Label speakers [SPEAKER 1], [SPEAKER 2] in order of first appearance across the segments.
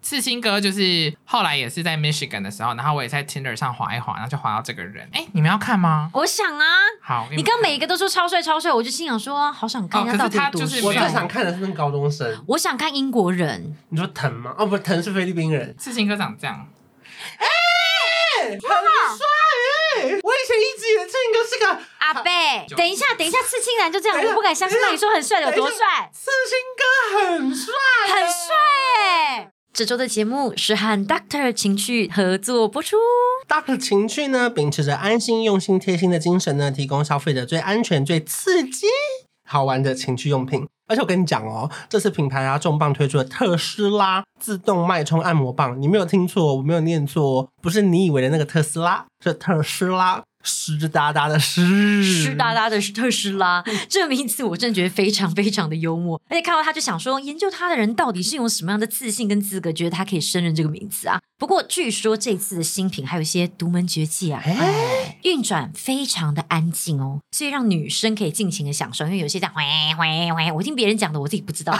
[SPEAKER 1] 刺青哥就是后来也是在 Michigan 的时候，然后我也在 Tinder 上滑一滑，然后就滑到这个人。哎、你们要看吗？
[SPEAKER 2] 我想啊，
[SPEAKER 1] 好，我给
[SPEAKER 2] 你
[SPEAKER 1] 们
[SPEAKER 2] 刚每一个都说超帅超帅，我就心想说，好想看
[SPEAKER 1] 哦
[SPEAKER 2] 一下到底有
[SPEAKER 1] 可
[SPEAKER 2] 多
[SPEAKER 1] 是他就是
[SPEAKER 2] 帅。
[SPEAKER 1] 没有
[SPEAKER 3] 我最想看的是那个高中生，
[SPEAKER 2] 我想看英国人，
[SPEAKER 3] 你说藤吗？哦，不是，藤是菲律宾人，
[SPEAKER 1] 刺青哥长这样，
[SPEAKER 3] 很帅哎！我以前一直以为这应该是个
[SPEAKER 2] 阿贝，
[SPEAKER 1] 就
[SPEAKER 2] 等一下，等一下，刺青男就这样，
[SPEAKER 3] 等一下
[SPEAKER 2] 我不敢相信到底说很帅的有多帅，
[SPEAKER 3] 刺青哥，很帅，
[SPEAKER 2] 很帅哎、这周的节目是和 Doctor 情趣合作播出。
[SPEAKER 3] Doctor 情趣呢，秉持着安心、用心、贴心的精神呢，提供消费者最安全、最刺激、好玩的情趣用品。而且我跟你讲哦，这次品牌啊重磅推出了特斯拉自动脉冲按摩棒，你没有听错，我没有念错哦，不是你以为的那个特斯拉，是特斯拉，湿哒哒的湿，
[SPEAKER 2] 湿哒哒的特斯拉，这个名字我真的觉得非常非常的幽默，而且看到他就想说，研究他的人到底是用什么样的自信跟资格，觉得他可以胜任这个名字啊？不过据说这次的新品还有一些独门绝技啊，
[SPEAKER 3] 哎
[SPEAKER 2] 运转非常的安静哦，所以让女生可以尽情的享受，因为有些这样，喂喂喂，我听别人讲的，我自己不知道。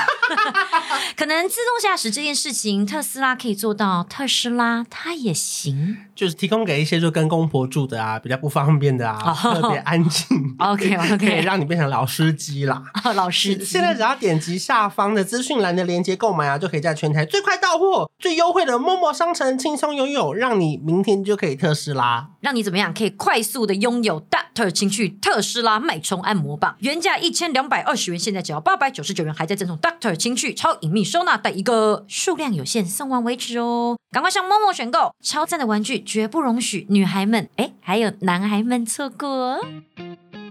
[SPEAKER 2] 可能自动驾驶这件事情，特斯拉可以做到，特斯拉它也行。
[SPEAKER 3] 就是提供给一些就跟公婆住的啊，比较 不方便的啊，
[SPEAKER 2] 哦
[SPEAKER 3] 特别安静
[SPEAKER 2] OK
[SPEAKER 3] 可 以
[SPEAKER 2] OK，
[SPEAKER 3] 让你变成老司机啦。
[SPEAKER 2] 哦老师机，
[SPEAKER 3] 现在只要点击下方的资讯栏的链接购买啊，就可以在全台最快到货、最优惠的陌陌商城轻松拥有，让你明天就可以特斯拉。
[SPEAKER 2] 让你怎么样可以快速的拥有 Doctor 情趣特斯拉脉冲按摩棒，原价一千两百二十元，现在只要八百九十九元，还在赠送 Doctor 情趣超隐秘收纳袋一个，数量有限，送完为止哦！赶快上 Momo 选购，超赞的玩具绝不容许女孩们，哎，还有男孩们错过哦。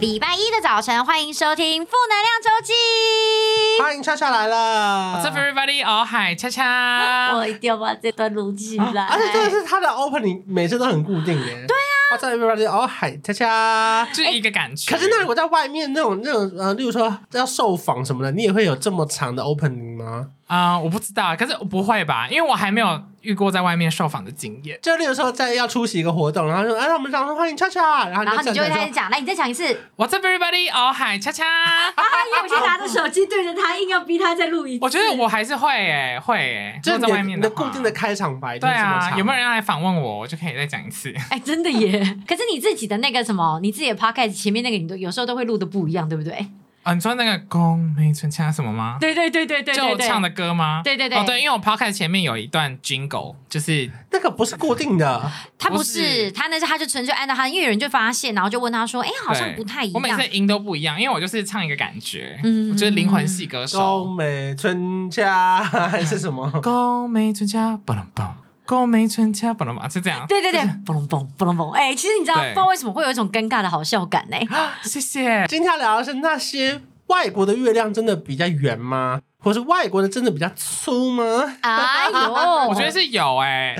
[SPEAKER 2] 礼拜一的早晨，欢迎收听《负能量周 记》。哎
[SPEAKER 3] 欢迎恰恰来了
[SPEAKER 1] What's up everybody？哦，嗨，恰恰，
[SPEAKER 2] 一定要把这段录起
[SPEAKER 3] 啊而且真的
[SPEAKER 2] 哎
[SPEAKER 3] 是他的 opening 每次都很固定耶。对啊，在 everybody 哦嗨恰恰。
[SPEAKER 1] 就是一个感觉。
[SPEAKER 3] 可是那如果在外面那种那种呃，例如说要受访什么的，你也会有这么长的 opening 吗？
[SPEAKER 1] 啊、我不知道，可是我不会吧？因为我还没有遇过在外面受访的经验。
[SPEAKER 3] 就例如说在要出席一个活动，然后说哎，让我们掌声欢迎恰恰，然后
[SPEAKER 2] 然后你
[SPEAKER 3] 站
[SPEAKER 2] 就
[SPEAKER 3] 起
[SPEAKER 2] 会
[SPEAKER 3] 来
[SPEAKER 2] 开
[SPEAKER 3] 说
[SPEAKER 2] 始讲，来，你再讲一次。
[SPEAKER 1] What's up everybody？哦，嗨，恰恰。
[SPEAKER 2] 啊，因为我先拿着手机对着他，硬要逼他再录一次。
[SPEAKER 1] 我觉得我还是会诶、会诶、
[SPEAKER 3] 就
[SPEAKER 1] 如
[SPEAKER 3] 是
[SPEAKER 1] 果在
[SPEAKER 3] 你的
[SPEAKER 1] 外面
[SPEAKER 3] 你的
[SPEAKER 1] 话
[SPEAKER 3] 固定的。开场白就
[SPEAKER 1] 对
[SPEAKER 3] 是这么
[SPEAKER 1] 啊，
[SPEAKER 3] 长
[SPEAKER 1] 有没有人来访问我，我就可以再讲一次。
[SPEAKER 2] 哎、真的耶！ 可是你自己的那个什么，你自己的 podcast 前面那个，你都有时候都会录的不一样，对不对？
[SPEAKER 1] 啊，你说那个宫美春恰啊什么吗？
[SPEAKER 2] 对对对对对
[SPEAKER 1] 就我唱的歌吗？
[SPEAKER 2] 对对对
[SPEAKER 1] 哦，对，因为我 podcast 前面有一段 jingle，就是
[SPEAKER 3] 那个不是固定的。
[SPEAKER 2] 他不
[SPEAKER 1] 不
[SPEAKER 2] 是
[SPEAKER 1] 是
[SPEAKER 2] 他那是他就纯粹按照他，因为有人就发现，然后就问他说：“哎、好像
[SPEAKER 1] 对
[SPEAKER 2] 不太一
[SPEAKER 1] 我每
[SPEAKER 2] 样
[SPEAKER 1] 次。音都不一样，因为我就是唱一个感觉，嗯，
[SPEAKER 2] 嗯
[SPEAKER 1] 我就是灵魂系歌
[SPEAKER 3] 高
[SPEAKER 1] 手。
[SPEAKER 3] 哦美春家还是 什么？
[SPEAKER 1] 宫美春恰不能蹦，宫美春恰不能蹦，是这样。
[SPEAKER 2] 对对对，嘣隆嘣嘣隆嘣！哎、其实你知道，不
[SPEAKER 1] 对
[SPEAKER 2] 知道为什么会有一种尴尬的好笑感哎 呢、
[SPEAKER 1] 谢谢。
[SPEAKER 3] 今天要聊的是那些外国的月亮真的比较圆吗？或是外国的真的比较粗 吗？
[SPEAKER 2] 哎呦，
[SPEAKER 1] 我觉得是有哎、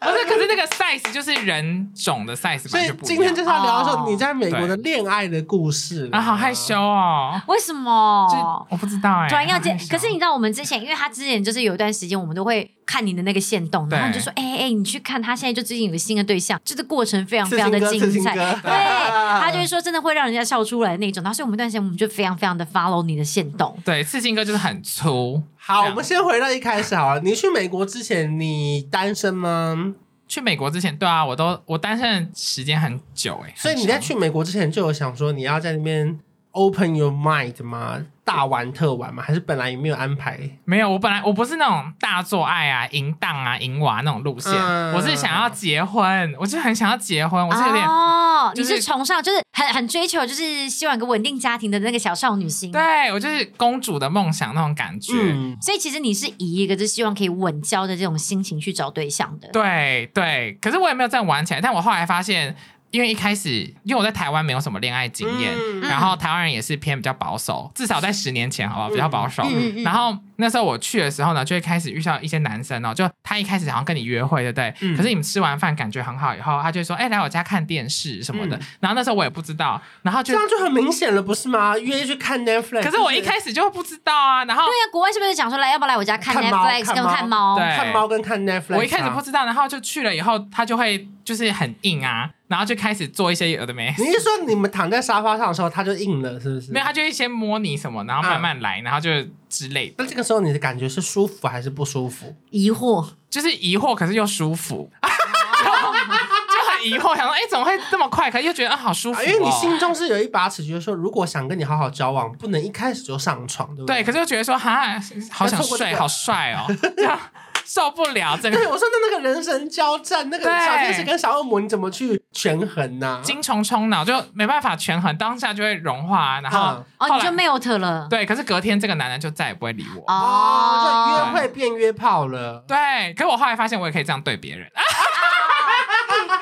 [SPEAKER 1] 不是，可是那个 size 就是人种的 size
[SPEAKER 3] 所
[SPEAKER 1] 本来
[SPEAKER 3] 以
[SPEAKER 1] 就不一
[SPEAKER 3] 今天
[SPEAKER 1] 样
[SPEAKER 3] 就是要聊
[SPEAKER 2] 哦
[SPEAKER 3] 说你在美国的恋爱的故事
[SPEAKER 1] 啊，好害羞。哦。
[SPEAKER 2] 为什
[SPEAKER 1] 就
[SPEAKER 2] 么？
[SPEAKER 1] 我不知道哎、
[SPEAKER 2] 突然要
[SPEAKER 1] 好
[SPEAKER 2] 见
[SPEAKER 1] 害羞，
[SPEAKER 2] 可是你知道我们之前，因为他之前就是有一段时间，我们都会看你的那个线动，
[SPEAKER 1] 对
[SPEAKER 2] 然后你就说，哎、哎、哎你去看他现在就最近有个新的对象，就是过程非常
[SPEAKER 3] 刺
[SPEAKER 2] 非常
[SPEAKER 3] 青
[SPEAKER 2] 的
[SPEAKER 3] 哥，刺
[SPEAKER 2] 精
[SPEAKER 3] 青
[SPEAKER 2] 彩，
[SPEAKER 3] 哥，
[SPEAKER 2] 对，他就会说真的会让人家笑出来那种。然后所以我们那段时间我们就非常非常的 follow 你的线动，
[SPEAKER 1] 对刺青哥就是很粗。
[SPEAKER 3] 好，
[SPEAKER 1] 这样
[SPEAKER 3] 我们先回到一开始好了。你去美国之前，你单身吗？
[SPEAKER 1] 去美国之前，对啊，我都我单身的时间很久哎、
[SPEAKER 3] 所以你
[SPEAKER 1] 很
[SPEAKER 3] 在
[SPEAKER 1] 长
[SPEAKER 3] 去美国之前就有想说你要在那边 open your mind 吗？大玩特玩吗？还是本来也没有安排？
[SPEAKER 1] 没有？我本来我不是那种大做爱啊、淫荡啊、淫娃那种路线，
[SPEAKER 3] 嗯
[SPEAKER 1] 我是想要结婚，我就很想要结婚，我是有点、
[SPEAKER 2] 哦，
[SPEAKER 1] 就是
[SPEAKER 2] 你是崇尚就是很很追求就是希望有个稳定家庭的那个小少女心，
[SPEAKER 1] 对我就是公主的梦想那种感觉。
[SPEAKER 3] 嗯，
[SPEAKER 2] 所以其实你是以一个就是希望可以稳交的这种心情去找对象的。
[SPEAKER 1] 对对，可是我也没有这样玩起来。但我后来发现，因为一开始因为我在台湾没有什么恋爱经验，
[SPEAKER 3] 嗯
[SPEAKER 1] 然后台湾人也是偏比较保守，至少在十年前好不好比较保守。
[SPEAKER 2] 嗯嗯嗯
[SPEAKER 1] 然后那时候我去的时候呢，就会开始遇到一些男生哦，就他一开始好像跟你约会，对不对？
[SPEAKER 3] 嗯
[SPEAKER 1] 可是你们吃完饭感觉很好以后，他就会说：“哎、来我家看电视什么的。
[SPEAKER 3] 嗯
[SPEAKER 1] 然后那时候我也不知道，然后就
[SPEAKER 3] 这样就很明显了，不是吗？约去看 Netflix，
[SPEAKER 1] 可是我一开始就不知道啊，然后
[SPEAKER 2] 对啊，国外是不是讲说来，要不要来我家看
[SPEAKER 3] 看猫
[SPEAKER 2] Netflix
[SPEAKER 3] 看
[SPEAKER 2] 跟
[SPEAKER 3] 猫
[SPEAKER 2] 看猫？
[SPEAKER 1] 对
[SPEAKER 3] 看猫跟看 Netflix，啊
[SPEAKER 1] 我一开始不知道，然后就去了以后，他就会就是很硬啊，然后就开始做一些有的没的。
[SPEAKER 3] 你是说你们躺在沙发上的时候，他就硬了，是不是？
[SPEAKER 1] 没
[SPEAKER 2] 嗯
[SPEAKER 1] 有，他就会先摸你什么，然后慢慢来，然后就之类的，
[SPEAKER 3] 那这个时候你的感觉是舒服还是不舒服？
[SPEAKER 4] 疑惑，
[SPEAKER 1] 就是疑惑，可是又舒服， 就很疑惑，想说哎、怎么会这么快？可是又觉得啊，好舒服、哦
[SPEAKER 3] 啊，因为你心中是有一把尺，就是说，如果想跟你好好交往，不能一开始就上床，对不
[SPEAKER 1] 对，可是又觉得说哈，好想
[SPEAKER 3] 要错过这
[SPEAKER 1] 睡，
[SPEAKER 3] 个
[SPEAKER 1] 好帅哦，这样受不了，整
[SPEAKER 3] 对，
[SPEAKER 1] 个
[SPEAKER 3] 我说的那个人神交战，那个
[SPEAKER 1] 对
[SPEAKER 3] 小天使跟小恶魔，你怎么去权衡啊呢、
[SPEAKER 1] 精虫充脑，就没办法权衡，当下就会融化，啊然后
[SPEAKER 3] 嗯
[SPEAKER 2] 哦，
[SPEAKER 1] 后
[SPEAKER 2] 你
[SPEAKER 1] 来
[SPEAKER 2] 就 melt 了。
[SPEAKER 1] 对，可是隔天这个男人就再也不会理我。
[SPEAKER 3] 哦，就约
[SPEAKER 2] 哦，
[SPEAKER 3] 会变约炮了。
[SPEAKER 1] 对，可我后来发现我也可以这样对别人，啊、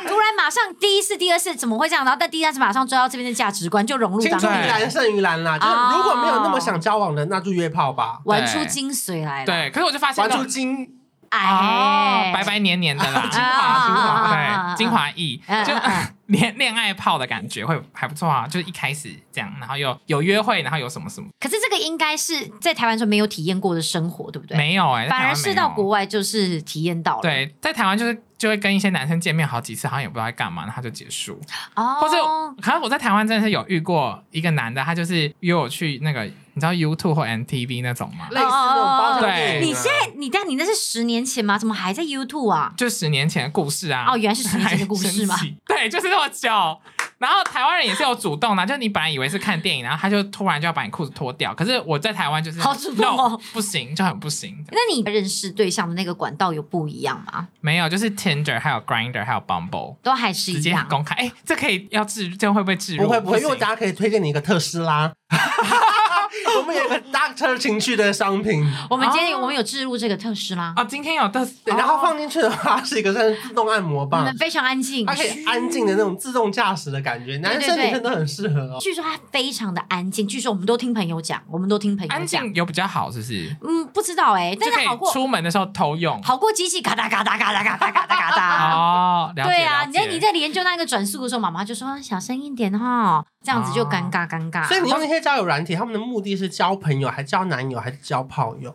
[SPEAKER 2] 突然马上第一次、第二次怎么会这样？然后但第三次马上抓到这边的价值观，就融入
[SPEAKER 3] 青
[SPEAKER 2] 当
[SPEAKER 3] 出于
[SPEAKER 1] 对
[SPEAKER 2] 中，
[SPEAKER 3] 蓝胜于蓝
[SPEAKER 2] 哦
[SPEAKER 3] 啦，就是如果没有那么想交往的，那就约炮吧，
[SPEAKER 2] 玩出精髓来了。，
[SPEAKER 1] 对，可是我就发现
[SPEAKER 3] 玩
[SPEAKER 1] 那
[SPEAKER 3] 出
[SPEAKER 1] 种
[SPEAKER 3] 精。
[SPEAKER 1] 哦，
[SPEAKER 2] 哎，
[SPEAKER 1] 白白黏黏的 啦，
[SPEAKER 3] 精
[SPEAKER 2] 啊
[SPEAKER 3] 华精华
[SPEAKER 1] 对，精。华液
[SPEAKER 2] 嗯
[SPEAKER 1] 就
[SPEAKER 2] 嗯嗯
[SPEAKER 1] 恋恋爱泡的感觉会还不错啊，就是一开始这样，然后有有约会，然后有什么什么，
[SPEAKER 2] 可是这个应该是在台湾说没有体验过的生活，对不对？
[SPEAKER 1] 没有哎、
[SPEAKER 2] 反而是到国
[SPEAKER 1] 外。
[SPEAKER 2] 外就是体验到了。，
[SPEAKER 1] 对，在台湾就是就会跟一些男生见面好几次，好像也不知道在干嘛，然后就结束。
[SPEAKER 2] 哦，
[SPEAKER 1] 或者，可是我在台湾真的是有遇过一个男的，他就是约我去那个你知道 YouTube 或 MTV 那种吗？
[SPEAKER 3] 类似那种包厢电影
[SPEAKER 1] 对
[SPEAKER 3] 啊
[SPEAKER 2] 哦你现在你但你那是十年前吗？怎么还在 YouTube 啊？
[SPEAKER 1] 就十年前的故事啊。
[SPEAKER 2] 哦，原来是十年前的故事嘛
[SPEAKER 1] 还。生气对，就是这么久。然后台湾人也是有主动的、就你本来以为是看电影，然后他就突然就要把你裤子脱掉。可是我在台湾就是
[SPEAKER 2] 好主动哦
[SPEAKER 1] no，不行，就很不行。
[SPEAKER 2] 那你认识对象的那个管道有不一样吗？
[SPEAKER 1] 没有，就是 Tinder 还有 Grinder 还有 Bumble，
[SPEAKER 2] 都还是
[SPEAKER 1] 直
[SPEAKER 2] 一
[SPEAKER 1] 接
[SPEAKER 2] 样。
[SPEAKER 1] 公开。哎，这可以要置入，这样会不会置入？
[SPEAKER 3] 不会不会，因为我
[SPEAKER 1] 行
[SPEAKER 3] 大家可以推荐你一个特斯 拉，我们有一个 Doctor 情趣的商品，
[SPEAKER 2] 我们今天有我们有置入这个特斯拉，
[SPEAKER 1] 哦，今天有的，
[SPEAKER 3] 对然后
[SPEAKER 2] 哦
[SPEAKER 3] 放进去的话是一个算是自动按摩
[SPEAKER 1] 啊
[SPEAKER 2] 我
[SPEAKER 3] 棒
[SPEAKER 2] 们，非常安静
[SPEAKER 3] 它。可以安静的那种自动驾驶的感觉，男生
[SPEAKER 2] 嗯对对
[SPEAKER 3] 女生都很适合哦。
[SPEAKER 2] 据说它非常的安静，据说我们都听朋友讲，我们都听朋
[SPEAKER 1] 安
[SPEAKER 2] 友讲。
[SPEAKER 1] 静有比较好，是不是？
[SPEAKER 2] 嗯，不知道哎、
[SPEAKER 1] 就
[SPEAKER 2] 但
[SPEAKER 1] 可
[SPEAKER 2] 是好
[SPEAKER 1] 以
[SPEAKER 2] 过
[SPEAKER 1] 出门的时候偷用。
[SPEAKER 2] 好过机器嘎哒嘎哒嘎哒嘎哒嘎哒嘎哒。
[SPEAKER 1] 哦，了解。
[SPEAKER 2] 对啊，
[SPEAKER 1] 了
[SPEAKER 2] 你
[SPEAKER 1] 解
[SPEAKER 2] 在你在研究那个转速的时候，妈妈就说啊小声一点哈，这样子就尴
[SPEAKER 1] 哦
[SPEAKER 2] 尬尴尬。
[SPEAKER 3] 所以你用那些交友软体，他们的目的是交朋友，还交男友，还是交炮友？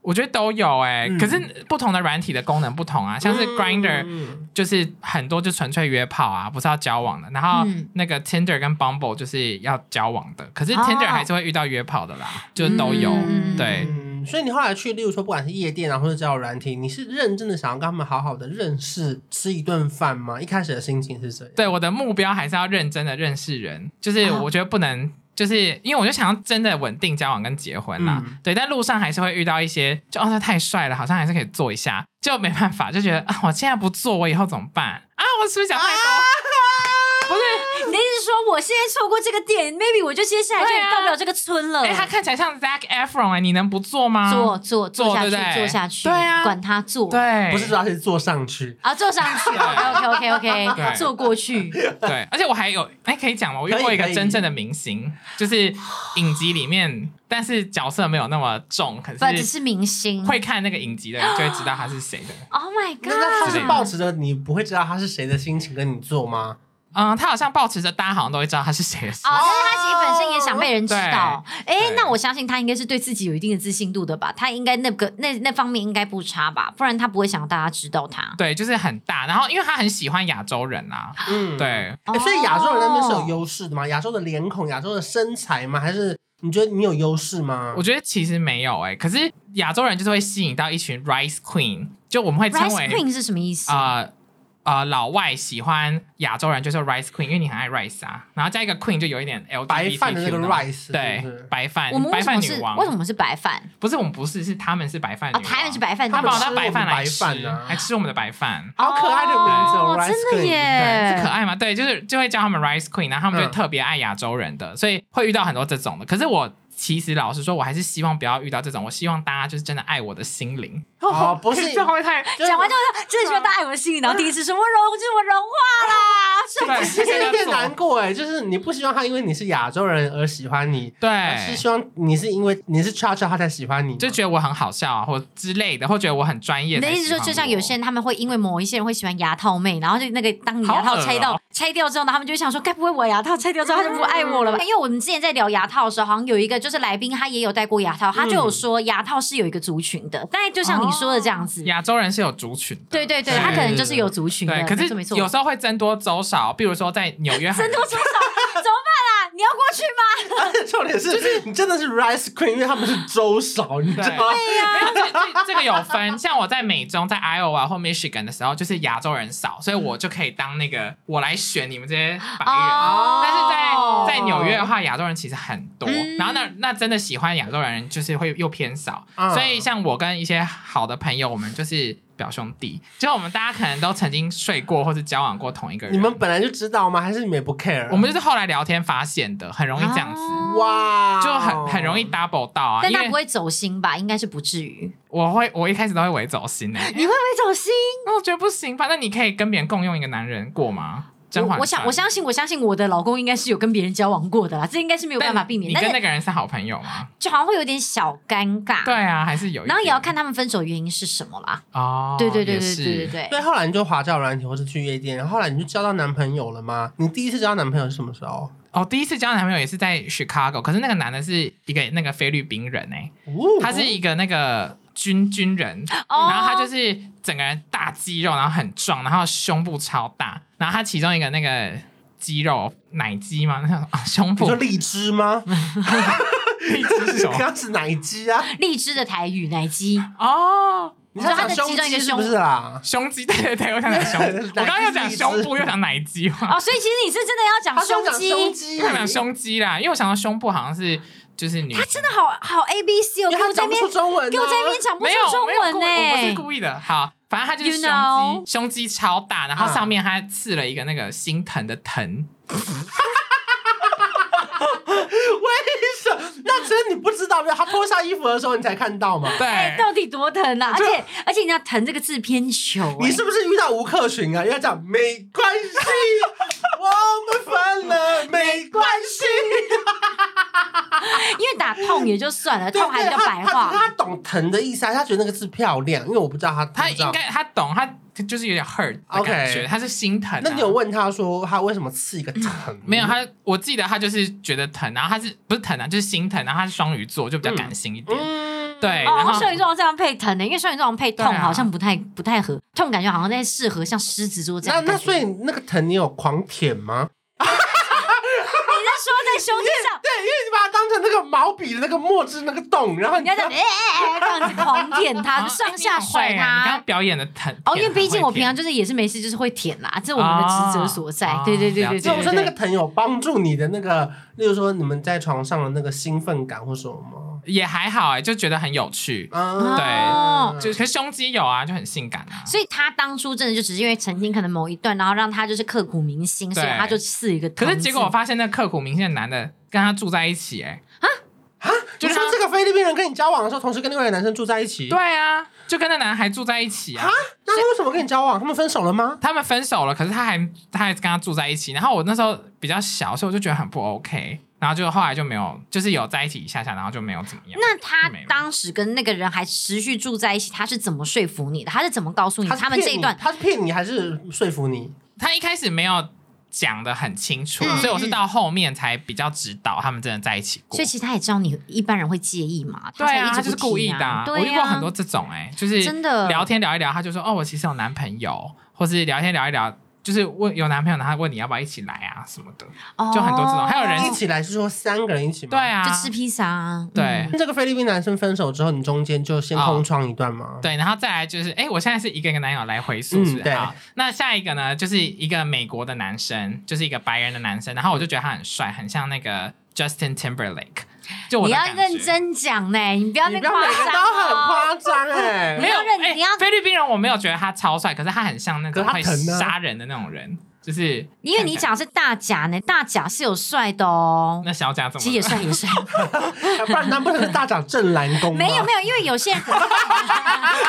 [SPEAKER 1] 我觉得都有哎、
[SPEAKER 3] 嗯
[SPEAKER 1] 可是不同的软体的功能不同啊，像
[SPEAKER 2] 嗯
[SPEAKER 1] 是 Grinder，、
[SPEAKER 3] 嗯
[SPEAKER 1] 就是很多就纯粹约炮啊，不是要交往的。然后
[SPEAKER 2] 嗯
[SPEAKER 1] 那个 Tinder 跟 Bumble 就是要交往的，可是
[SPEAKER 2] 哦
[SPEAKER 1] Tinder 还是会遇到约炮的啦，就都有。
[SPEAKER 2] 嗯
[SPEAKER 1] 对，
[SPEAKER 3] 嗯，所以你后来去，例如说不管是夜店啊，或者交友软体，你是认真的想要跟他们好好的认识，吃一顿饭吗？一开始的心情是这样。
[SPEAKER 1] 对，我的目标还是要认真的认识人，就是
[SPEAKER 2] 哦
[SPEAKER 1] 我觉得不能。就是因为我就想要真的稳定交往跟结婚啦，
[SPEAKER 3] 嗯
[SPEAKER 1] 对，但路上还是会遇到一些，就哦他太帅了，好像还是可以做一下， 就没办法，就觉得啊我现在不做，我以后怎么办啊？我是不是讲太多？
[SPEAKER 2] 啊
[SPEAKER 1] 不是，
[SPEAKER 2] 你的意思是说，我现在错过这个点，maybe 我就接下来
[SPEAKER 1] 对啊
[SPEAKER 2] 就到不了这个村了。
[SPEAKER 1] 哎、他看起来像 Zac Efron 哎、你能不做吗？
[SPEAKER 2] 坐坐
[SPEAKER 1] 坐
[SPEAKER 2] 坐下去
[SPEAKER 1] 对不对
[SPEAKER 2] 坐下去，
[SPEAKER 1] 对啊
[SPEAKER 2] 管他坐。
[SPEAKER 1] 对，
[SPEAKER 3] 不是主要是坐上去，
[SPEAKER 2] 啊，坐上去，OK OK OK
[SPEAKER 1] 对
[SPEAKER 2] OK，坐过去。
[SPEAKER 1] 对，而且我还有哎、可以讲吗？我遇过一
[SPEAKER 3] 可以
[SPEAKER 1] 个
[SPEAKER 3] 可以
[SPEAKER 1] 真正的明星，就是影集里面，但是角色没有那么重，可
[SPEAKER 2] 不，只
[SPEAKER 1] 是
[SPEAKER 2] 是明星。
[SPEAKER 1] 会看那个影集的人就会知道他是谁的。
[SPEAKER 2] Oh my
[SPEAKER 3] 那那他是
[SPEAKER 2] god！
[SPEAKER 3] 抱持着你不会知道他是谁的心情跟你做吗？
[SPEAKER 1] 嗯，他好像保持着大家好像都会知道他是谁的事。
[SPEAKER 2] 哦，但是他其实本身也想被人知道。哎
[SPEAKER 1] 哦对，
[SPEAKER 2] 那我相信他应该是对自己有一定的自信度的吧？他应该那个那那方面应该不差吧？不然他不会想让大家知道他。
[SPEAKER 1] 对，就是很大，然后因为他很喜欢亚洲人啊，
[SPEAKER 3] 嗯，
[SPEAKER 1] 对，
[SPEAKER 3] 欸。所以亚洲人那边是有
[SPEAKER 2] 哦
[SPEAKER 3] 优势的吗？亚洲的脸孔、亚洲的身材吗？还是你觉得你有优势吗？
[SPEAKER 1] 我觉得其实没有哎、可是亚洲人就是会吸引到一群 Rice Queen，就我们会称
[SPEAKER 2] Rice
[SPEAKER 1] 为
[SPEAKER 2] Queen 是什么意思？
[SPEAKER 1] 啊啊，老外喜欢亚洲人就是 rice queen，因为你很爱 rice 啊，然后加一个 queen 就有一点 L
[SPEAKER 3] 白饭的那个 rice，
[SPEAKER 1] 对
[SPEAKER 3] 是不是，
[SPEAKER 1] 白饭，
[SPEAKER 2] 我们
[SPEAKER 1] 白
[SPEAKER 2] 为什么
[SPEAKER 1] 饭女
[SPEAKER 2] 是
[SPEAKER 1] 王，
[SPEAKER 2] 为什么是白饭？
[SPEAKER 1] 不是我们不是，是他们是白饭女
[SPEAKER 2] 啊，
[SPEAKER 1] 王，
[SPEAKER 2] 台湾是白饭，
[SPEAKER 1] 他
[SPEAKER 3] 他
[SPEAKER 1] 们
[SPEAKER 3] 们
[SPEAKER 1] 把
[SPEAKER 3] 吃
[SPEAKER 1] 它白饭来吃
[SPEAKER 3] 我们白饭啊
[SPEAKER 1] 还吃我们的白饭。
[SPEAKER 3] 好可爱的名字哦
[SPEAKER 2] 哦，
[SPEAKER 3] ，Rice
[SPEAKER 2] 真的
[SPEAKER 3] Queen
[SPEAKER 2] 耶，
[SPEAKER 1] 对，是可爱嘛？对，就是就会叫他们 Rice Queen，然后他们就会
[SPEAKER 3] 嗯
[SPEAKER 1] 特别爱亚洲人的，所以会遇到很多这种的。可是我其实老实说，我还是希望不要遇到这种，我希望大家就是真的爱我的心灵。
[SPEAKER 3] 哦不是
[SPEAKER 1] 这会不会太
[SPEAKER 4] 讲完就是真的希望大家爱我心里，然后第一次说我融，就是我融化啦，是
[SPEAKER 1] 对，
[SPEAKER 3] 其实有
[SPEAKER 1] 在
[SPEAKER 3] 点
[SPEAKER 1] 做
[SPEAKER 3] 难过哎，就是你不希望他因为你是亚洲人而喜欢你，而是
[SPEAKER 1] 对，
[SPEAKER 3] 希望你是因为你是 Cha Cha 他才喜欢你吗，
[SPEAKER 1] 就觉得我很好笑啊，或之类的，或觉得我很专业
[SPEAKER 2] 你
[SPEAKER 1] 才喜
[SPEAKER 2] 的
[SPEAKER 1] 欢我。
[SPEAKER 2] 意思说，就像有些人他们会因为某一些人会喜欢牙套妹，然后就那个当你牙
[SPEAKER 1] 好
[SPEAKER 2] 套
[SPEAKER 1] 恶哦
[SPEAKER 2] 拆掉、拆掉之后，呢，他们就会想说，该不会我牙套拆掉之后他就不爱我了吧？因为我们之前在聊牙套的时候，好像有一个就是来宾他也有戴过牙套，他就
[SPEAKER 1] 嗯
[SPEAKER 2] 有说牙套是有一个族群的，但就像你说的这样子，
[SPEAKER 1] 亚洲人是有族群的，
[SPEAKER 2] 对对对，
[SPEAKER 1] 是
[SPEAKER 2] 他可能就是有族群的，
[SPEAKER 1] 对，可
[SPEAKER 2] 没错没
[SPEAKER 1] 是
[SPEAKER 2] 错，啊
[SPEAKER 1] 有时候会增多周少，比如说在纽约很，
[SPEAKER 2] 增多多少怎么办啊？你要过去吗？
[SPEAKER 3] 而且 重点是，你真的是 Rice Queen，因为他们是周少，你知道吗？
[SPEAKER 1] 没有这这这个有分。像我在美中、在 Iowa 或 Michigan 的时候，就是亚洲人少，所以我就可以当那个我来选你们这些白人。
[SPEAKER 2] 哦
[SPEAKER 1] 哎但是在在纽约的话，亚洲人其实很多，
[SPEAKER 2] 嗯
[SPEAKER 1] 然后那那真的喜欢亚洲人就是会又偏少，
[SPEAKER 3] 嗯
[SPEAKER 1] 所以像我跟一些好的朋友，我们就是表兄弟，就我们大家可能都曾经睡过或是交往过同一个人。
[SPEAKER 3] 你们本来就知道吗？还是你们也不 care？
[SPEAKER 1] 我们就是后来聊天发现的，很容易这样子。
[SPEAKER 2] 哦
[SPEAKER 3] 哇，
[SPEAKER 1] 就很很容易。double 到啊，
[SPEAKER 2] 但
[SPEAKER 1] 因
[SPEAKER 2] 他不
[SPEAKER 1] 为
[SPEAKER 2] 会走心吧？应该是不哎至于。
[SPEAKER 1] 我会我一开始都会围走心呢、欸，
[SPEAKER 2] 你会不会走心？
[SPEAKER 1] 那我觉得不行，反正你可以跟别人共用一个男人过吗？甄
[SPEAKER 2] 我
[SPEAKER 1] 嬛
[SPEAKER 2] 我想
[SPEAKER 1] 传
[SPEAKER 2] 我相信我相信我的老公应该是有跟别人交往过的啦，这应该是没有办法避免，
[SPEAKER 1] 你
[SPEAKER 2] 但
[SPEAKER 1] 跟
[SPEAKER 2] 是
[SPEAKER 1] 那个人是好朋友吗？
[SPEAKER 2] 就好像会有点小尴尬。
[SPEAKER 1] 对。啊，还是有一点，
[SPEAKER 2] 然后也要看他们分手原因是什么啦。
[SPEAKER 1] 哦，
[SPEAKER 2] 对对对
[SPEAKER 1] 也
[SPEAKER 2] 对
[SPEAKER 1] 是
[SPEAKER 2] 对对对
[SPEAKER 3] 对，后来你就滑交友软体或是去夜店，然后后来你就交到男朋友了吗？你第一次交到男朋友是什么时候？
[SPEAKER 1] 哦，第一次交男朋友也是在 Chicago，可是那个男的是一个那个菲律宾人哎、
[SPEAKER 3] 哦
[SPEAKER 1] 他是一个那个军军人，
[SPEAKER 2] 哦
[SPEAKER 1] 然后他就是整个人大肌肉，然后很壮，然后胸部超大，然后他其中一个那个肌肉奶肌嘛，那种、啊胸
[SPEAKER 3] 你
[SPEAKER 1] 部
[SPEAKER 3] 说荔枝吗？
[SPEAKER 1] 荔枝是什
[SPEAKER 3] 你
[SPEAKER 1] 么？
[SPEAKER 3] 要是奶鸡啊？
[SPEAKER 2] 荔枝的台语奶 鸡，
[SPEAKER 1] 哦，
[SPEAKER 3] 你要讲
[SPEAKER 2] 你说他的
[SPEAKER 3] 胸
[SPEAKER 2] 其中一个
[SPEAKER 3] 肌是
[SPEAKER 2] 胸
[SPEAKER 3] 不是啊啦？
[SPEAKER 1] 胸肌，对对对，我想 讲胸，
[SPEAKER 3] 对
[SPEAKER 1] 我刚刚又
[SPEAKER 3] 奶
[SPEAKER 1] 讲
[SPEAKER 3] 肌
[SPEAKER 1] 胸部，又讲奶肌嘛，
[SPEAKER 2] 哦，所以其实你是真的要
[SPEAKER 3] 他
[SPEAKER 2] 讲
[SPEAKER 3] 是要
[SPEAKER 2] 胸
[SPEAKER 3] 讲胸
[SPEAKER 2] 肌，
[SPEAKER 3] 肌，
[SPEAKER 1] 我想 讲胸肌啦，因为我想到胸部好像是就是女，
[SPEAKER 2] 他真的好好 A B C 哦，
[SPEAKER 3] 因为
[SPEAKER 2] 给
[SPEAKER 3] 他
[SPEAKER 2] 我在
[SPEAKER 3] 讲
[SPEAKER 2] 那
[SPEAKER 3] 不出
[SPEAKER 2] 边
[SPEAKER 3] 中文啊，
[SPEAKER 2] 给我在那边讲不
[SPEAKER 1] 没
[SPEAKER 2] 出
[SPEAKER 1] 有
[SPEAKER 2] 中
[SPEAKER 1] 没有
[SPEAKER 2] 文
[SPEAKER 1] 故我不是
[SPEAKER 2] 呢。
[SPEAKER 1] 故意的，好，反正他就是
[SPEAKER 2] You
[SPEAKER 1] 胸肌
[SPEAKER 2] know
[SPEAKER 1] 胸肌超大，然后
[SPEAKER 3] 嗯
[SPEAKER 1] 上面他刺了一个那个心疼的疼，
[SPEAKER 3] 为什么？那只是你不知道，没有他脱下衣服的时候你才看到嘛。
[SPEAKER 2] 哎
[SPEAKER 1] 对，，
[SPEAKER 2] 到底多疼啊！而且而且，你要疼这个字偏球、哎
[SPEAKER 3] 你是不是遇到吴克群啊？因为他讲没关系，我们分了没关系。
[SPEAKER 2] 哎因为打痛也就算了，痛还比较白
[SPEAKER 3] 他他
[SPEAKER 2] 话。
[SPEAKER 3] 他懂疼的意思啊，他觉得那个字漂亮，因为我不知道他
[SPEAKER 1] 他
[SPEAKER 3] 知不知道
[SPEAKER 1] 应该他懂，他就是有点 hurt 的
[SPEAKER 3] OK
[SPEAKER 1] 感觉，他是心疼啊。
[SPEAKER 3] 那你有问他说他为什么刺一个疼？
[SPEAKER 1] 没有他？我记得他就是觉得疼，然后他是不是疼啊？就是心疼，然后他是双鱼座，就比较感性一点。
[SPEAKER 3] 嗯，
[SPEAKER 1] 对，然
[SPEAKER 2] 哦，
[SPEAKER 1] 后
[SPEAKER 2] 双鱼座好像这样配疼的、因为双鱼座好像配痛
[SPEAKER 1] 对啊
[SPEAKER 2] 好像不太不太合，痛感觉好像在适合像狮子座这
[SPEAKER 3] 那
[SPEAKER 2] 样的
[SPEAKER 3] 那
[SPEAKER 2] 感觉。
[SPEAKER 3] 所以那个疼你有狂舔吗？
[SPEAKER 2] 你在说在胸肌上，
[SPEAKER 3] 对，因为你把它当成那个毛笔的那个墨汁那个洞，然后
[SPEAKER 2] 你
[SPEAKER 3] 你
[SPEAKER 2] 要这样，哎哎哎，这样子狂舔
[SPEAKER 1] 啊
[SPEAKER 2] 它，上下甩
[SPEAKER 1] 你很会啊你刚
[SPEAKER 2] 它
[SPEAKER 1] 刚。表演的疼
[SPEAKER 2] 哦，因为毕竟我平常
[SPEAKER 1] 就
[SPEAKER 2] 就是也是没事，就是会舔啦，这是我们的职责所在。
[SPEAKER 1] 哦
[SPEAKER 2] 对对对
[SPEAKER 1] 了
[SPEAKER 2] 对
[SPEAKER 1] 解
[SPEAKER 3] 所以我
[SPEAKER 2] 对
[SPEAKER 3] 说
[SPEAKER 2] 对
[SPEAKER 3] 那个
[SPEAKER 2] 对。
[SPEAKER 3] 疼有帮助你的那个，例如说你们在床上的那个兴奋感或什么吗？
[SPEAKER 1] 也还好哎、就觉得很有趣，
[SPEAKER 3] 嗯，
[SPEAKER 1] 对
[SPEAKER 3] 嗯
[SPEAKER 1] 就可是胸肌有啊，就很性感啊。
[SPEAKER 2] 所以他当初真的就只是因为曾经可能某一段，然后让他就是刻骨铭心，
[SPEAKER 1] 对
[SPEAKER 2] 所以他就刺一个疼
[SPEAKER 1] 可
[SPEAKER 2] 字。
[SPEAKER 1] 是结果我发现那刻骨铭心的男的跟他住在一起哎、
[SPEAKER 3] 啊，
[SPEAKER 1] 就
[SPEAKER 3] 就是说
[SPEAKER 1] 他
[SPEAKER 3] 这个菲律宾人跟你交往的时候，同时跟另外一个男生住在一起，
[SPEAKER 1] 对啊，就跟那男的还住在一起啊
[SPEAKER 3] 啊。，那他为什么跟你交往？他们分手了吗？
[SPEAKER 1] 他们分手了，可是他还他还跟他住在一起。然后我那时候比较小，所以我就觉得很不 OK。然后就后来就没有，就是有在一起一下下，然后就没有怎么样。
[SPEAKER 2] 那他
[SPEAKER 1] 没了
[SPEAKER 2] 当时跟那个人还持续住在一起，他是怎么说服你的？他是怎么告
[SPEAKER 1] 嗯
[SPEAKER 2] 诉你
[SPEAKER 3] 他是
[SPEAKER 2] 他们
[SPEAKER 3] 骗
[SPEAKER 2] 这一
[SPEAKER 3] 你
[SPEAKER 2] 段？
[SPEAKER 3] 他是骗你还是说服你？
[SPEAKER 1] 他一开始没有讲的很清楚，
[SPEAKER 2] 嗯
[SPEAKER 1] 所以我是到后面才比较知道他们真的在一起过
[SPEAKER 2] 所以。其实他也知道你一般人会介意嘛，
[SPEAKER 1] 对
[SPEAKER 2] 才一
[SPEAKER 1] 啊，他就
[SPEAKER 2] 直
[SPEAKER 1] 是
[SPEAKER 2] 不提
[SPEAKER 1] 故意的啊、
[SPEAKER 2] 啊。
[SPEAKER 1] 我遇
[SPEAKER 2] 对
[SPEAKER 1] 过
[SPEAKER 2] 啊，
[SPEAKER 1] 很多这种哎、就是
[SPEAKER 2] 真的
[SPEAKER 1] 聊天聊一聊，他就说哦，我其实有男朋友，或是聊天聊一聊，就是问有男朋友，然后问你要不要一起来啊什么的。就很多这种还有人
[SPEAKER 3] 一起来是说三个人一起吗？
[SPEAKER 1] 对。啊，
[SPEAKER 2] 哦就吃披萨啊，
[SPEAKER 1] 对、
[SPEAKER 2] 嗯
[SPEAKER 3] 跟这个菲律宾男生分手之后，你中间就先空窗一段吗？
[SPEAKER 1] 对，然后再来就是，哎，我现在是一个一个男友来回溯，是不
[SPEAKER 3] 嗯
[SPEAKER 1] 是
[SPEAKER 3] 对
[SPEAKER 1] 好，那下一个呢，就是一个美国的男生，就是一个白人的男生，然后我就觉得他很帅，很像那个 Justin Timberlake，就我
[SPEAKER 2] 你
[SPEAKER 1] 的
[SPEAKER 2] 要
[SPEAKER 1] 感觉
[SPEAKER 2] 认。真讲呢，你不要
[SPEAKER 3] 你
[SPEAKER 2] 那
[SPEAKER 3] 不要每个
[SPEAKER 2] 夸
[SPEAKER 3] 人
[SPEAKER 2] 张
[SPEAKER 3] 都很
[SPEAKER 2] 哦。
[SPEAKER 3] 夸张哎、
[SPEAKER 1] 没有
[SPEAKER 2] 你要认
[SPEAKER 1] 诶
[SPEAKER 2] 你要
[SPEAKER 1] 菲律宾人，我没有觉得他超帅，可是他很像那
[SPEAKER 3] 可
[SPEAKER 1] 种
[SPEAKER 3] 他
[SPEAKER 1] 会
[SPEAKER 3] 疼啊
[SPEAKER 1] 杀人的那种人，就是
[SPEAKER 2] 因为你
[SPEAKER 1] 看看
[SPEAKER 2] 讲是大甲呢，大甲是有帅的哦，
[SPEAKER 1] 那小贾怎么了？
[SPEAKER 2] 其实也帅 也帅，
[SPEAKER 3] 不然难不成是大讲正蓝宫吗？
[SPEAKER 2] 没有没有，因为有些人 你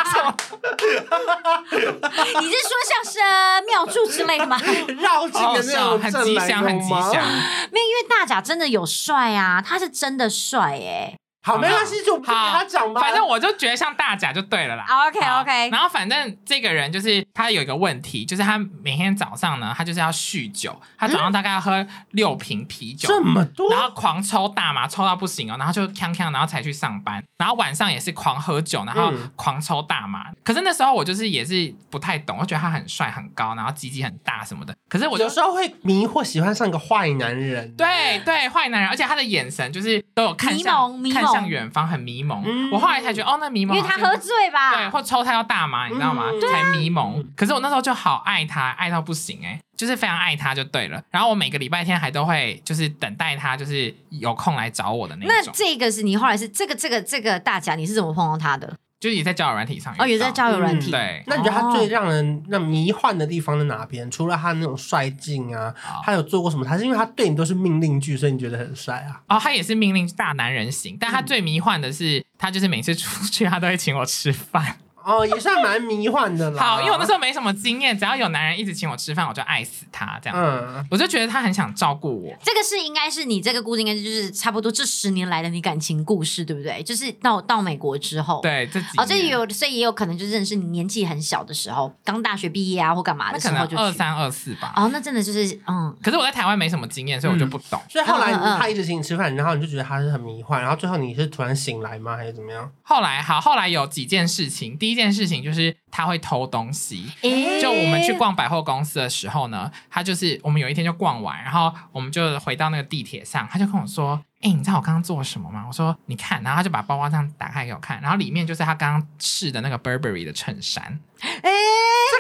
[SPEAKER 2] 是说像是呃庙祝之类的 吗？
[SPEAKER 3] 有，绕境
[SPEAKER 1] 好好
[SPEAKER 3] 的
[SPEAKER 1] 笑，哦
[SPEAKER 3] 那
[SPEAKER 1] 很
[SPEAKER 3] 种
[SPEAKER 1] 吉
[SPEAKER 3] 正蓝
[SPEAKER 1] 祥，很
[SPEAKER 3] 宫
[SPEAKER 1] 吉
[SPEAKER 3] 吗？
[SPEAKER 1] 祥。
[SPEAKER 2] 没有，因为大甲真的有帅啊，他是真的帅哎、
[SPEAKER 3] 嗯好，没关系，就不跟他讲吧。
[SPEAKER 1] 反正我就觉得像大甲就对了啦。
[SPEAKER 2] 啊 OK
[SPEAKER 1] 好
[SPEAKER 2] OK，
[SPEAKER 1] 然后反正这个人就是他有一个问题，就是他每天早上呢，他就是要酗酒，他早上大概要喝六瓶啤酒，
[SPEAKER 3] 这么多
[SPEAKER 1] 然后狂抽大麻，抽到不行哦，然后就锵锵，然后才去上班，然后晚上也是狂喝酒，然后
[SPEAKER 3] 嗯
[SPEAKER 1] 狂抽大麻。可是那时候我就是也是不太懂，我觉得他很帅很高，然后鸡鸡很大什么的。可是我就
[SPEAKER 3] 有时候会迷惑喜欢上一个坏男人，
[SPEAKER 1] 对对，坏男人，而且他的眼神就是都有看
[SPEAKER 2] 迷
[SPEAKER 1] 向
[SPEAKER 2] 蒙迷
[SPEAKER 1] 看向
[SPEAKER 2] 蒙
[SPEAKER 1] 远方，很迷蒙。
[SPEAKER 3] 嗯
[SPEAKER 1] 我后来才觉得，哦，那迷
[SPEAKER 2] 因
[SPEAKER 1] 蒙
[SPEAKER 2] 为
[SPEAKER 1] 好像
[SPEAKER 2] 他
[SPEAKER 1] 是，
[SPEAKER 2] 喝啊醉
[SPEAKER 1] 对，啊
[SPEAKER 2] 吧，
[SPEAKER 1] 或抽他要大麻，你知道吗？
[SPEAKER 3] 嗯
[SPEAKER 1] 才迷蒙。可是我那时候就好爱他，爱到不行哎、就是非常爱他就对了。然后我每个礼拜天还都会就是等待他，就是有空来找我的那
[SPEAKER 2] 那
[SPEAKER 1] 种。
[SPEAKER 2] 这个是你后来是这个这个这个大甲，你是怎么碰到他的？
[SPEAKER 1] 就是也在交友软体上
[SPEAKER 2] 哦，
[SPEAKER 1] 遇
[SPEAKER 2] 有
[SPEAKER 1] 到
[SPEAKER 2] 在交友软体，
[SPEAKER 1] 嗯对，
[SPEAKER 3] 那你觉得他最让人让迷幻的地方在哪边？除了他那种帅劲啊，
[SPEAKER 1] 好
[SPEAKER 3] 他有做过什么？还是因为他对你都是命令句，所以你觉得很帅啊？
[SPEAKER 1] 哦，他也是命令大男人型，但他最迷幻的是，他就是每次出去他都会请我吃饭。
[SPEAKER 3] 哦，也算蛮迷幻的 啦。
[SPEAKER 1] 好，因为我那时候没什么经验，只要有男人一直请我吃饭，我就爱死他这样。
[SPEAKER 3] 嗯，
[SPEAKER 1] 我就觉得他很想照顾我，
[SPEAKER 2] 这个是应该是你这个故事，应该就是差不多这十年来的你感情故事，对不对？就是到到美国之后，，
[SPEAKER 1] 对这几
[SPEAKER 2] 哦，这也
[SPEAKER 1] 年
[SPEAKER 2] 有，所以也有可能就认识你年纪很小的时候，刚大学毕业啊，或干嘛
[SPEAKER 1] 那
[SPEAKER 2] 的时
[SPEAKER 1] 可
[SPEAKER 2] 候
[SPEAKER 1] 能
[SPEAKER 2] 就去
[SPEAKER 1] 二三二四吧。
[SPEAKER 2] 哦，那真的就是嗯，
[SPEAKER 1] 可是我在台湾没什么经验，所以我就不懂。
[SPEAKER 3] 所以后来
[SPEAKER 2] 嗯嗯嗯
[SPEAKER 3] 他一直请你吃饭，然后你就觉得他是很迷幻，然后最后你是突然醒来吗？还是怎么样？
[SPEAKER 1] 后来好，后来有几件事情，第一件事情就是他会偷东西。
[SPEAKER 2] 诶
[SPEAKER 1] 就我们去逛百货公司的时候呢，他就是我们有一天就逛完，然后我们就回到那个地铁上，他就跟我说：“哎、你知道我刚刚做什么吗？”我说：“你看。”啊然后他就把包包这样打开给我看，然后里面就是他刚刚试的那个 Burberry 的衬衫，
[SPEAKER 3] 这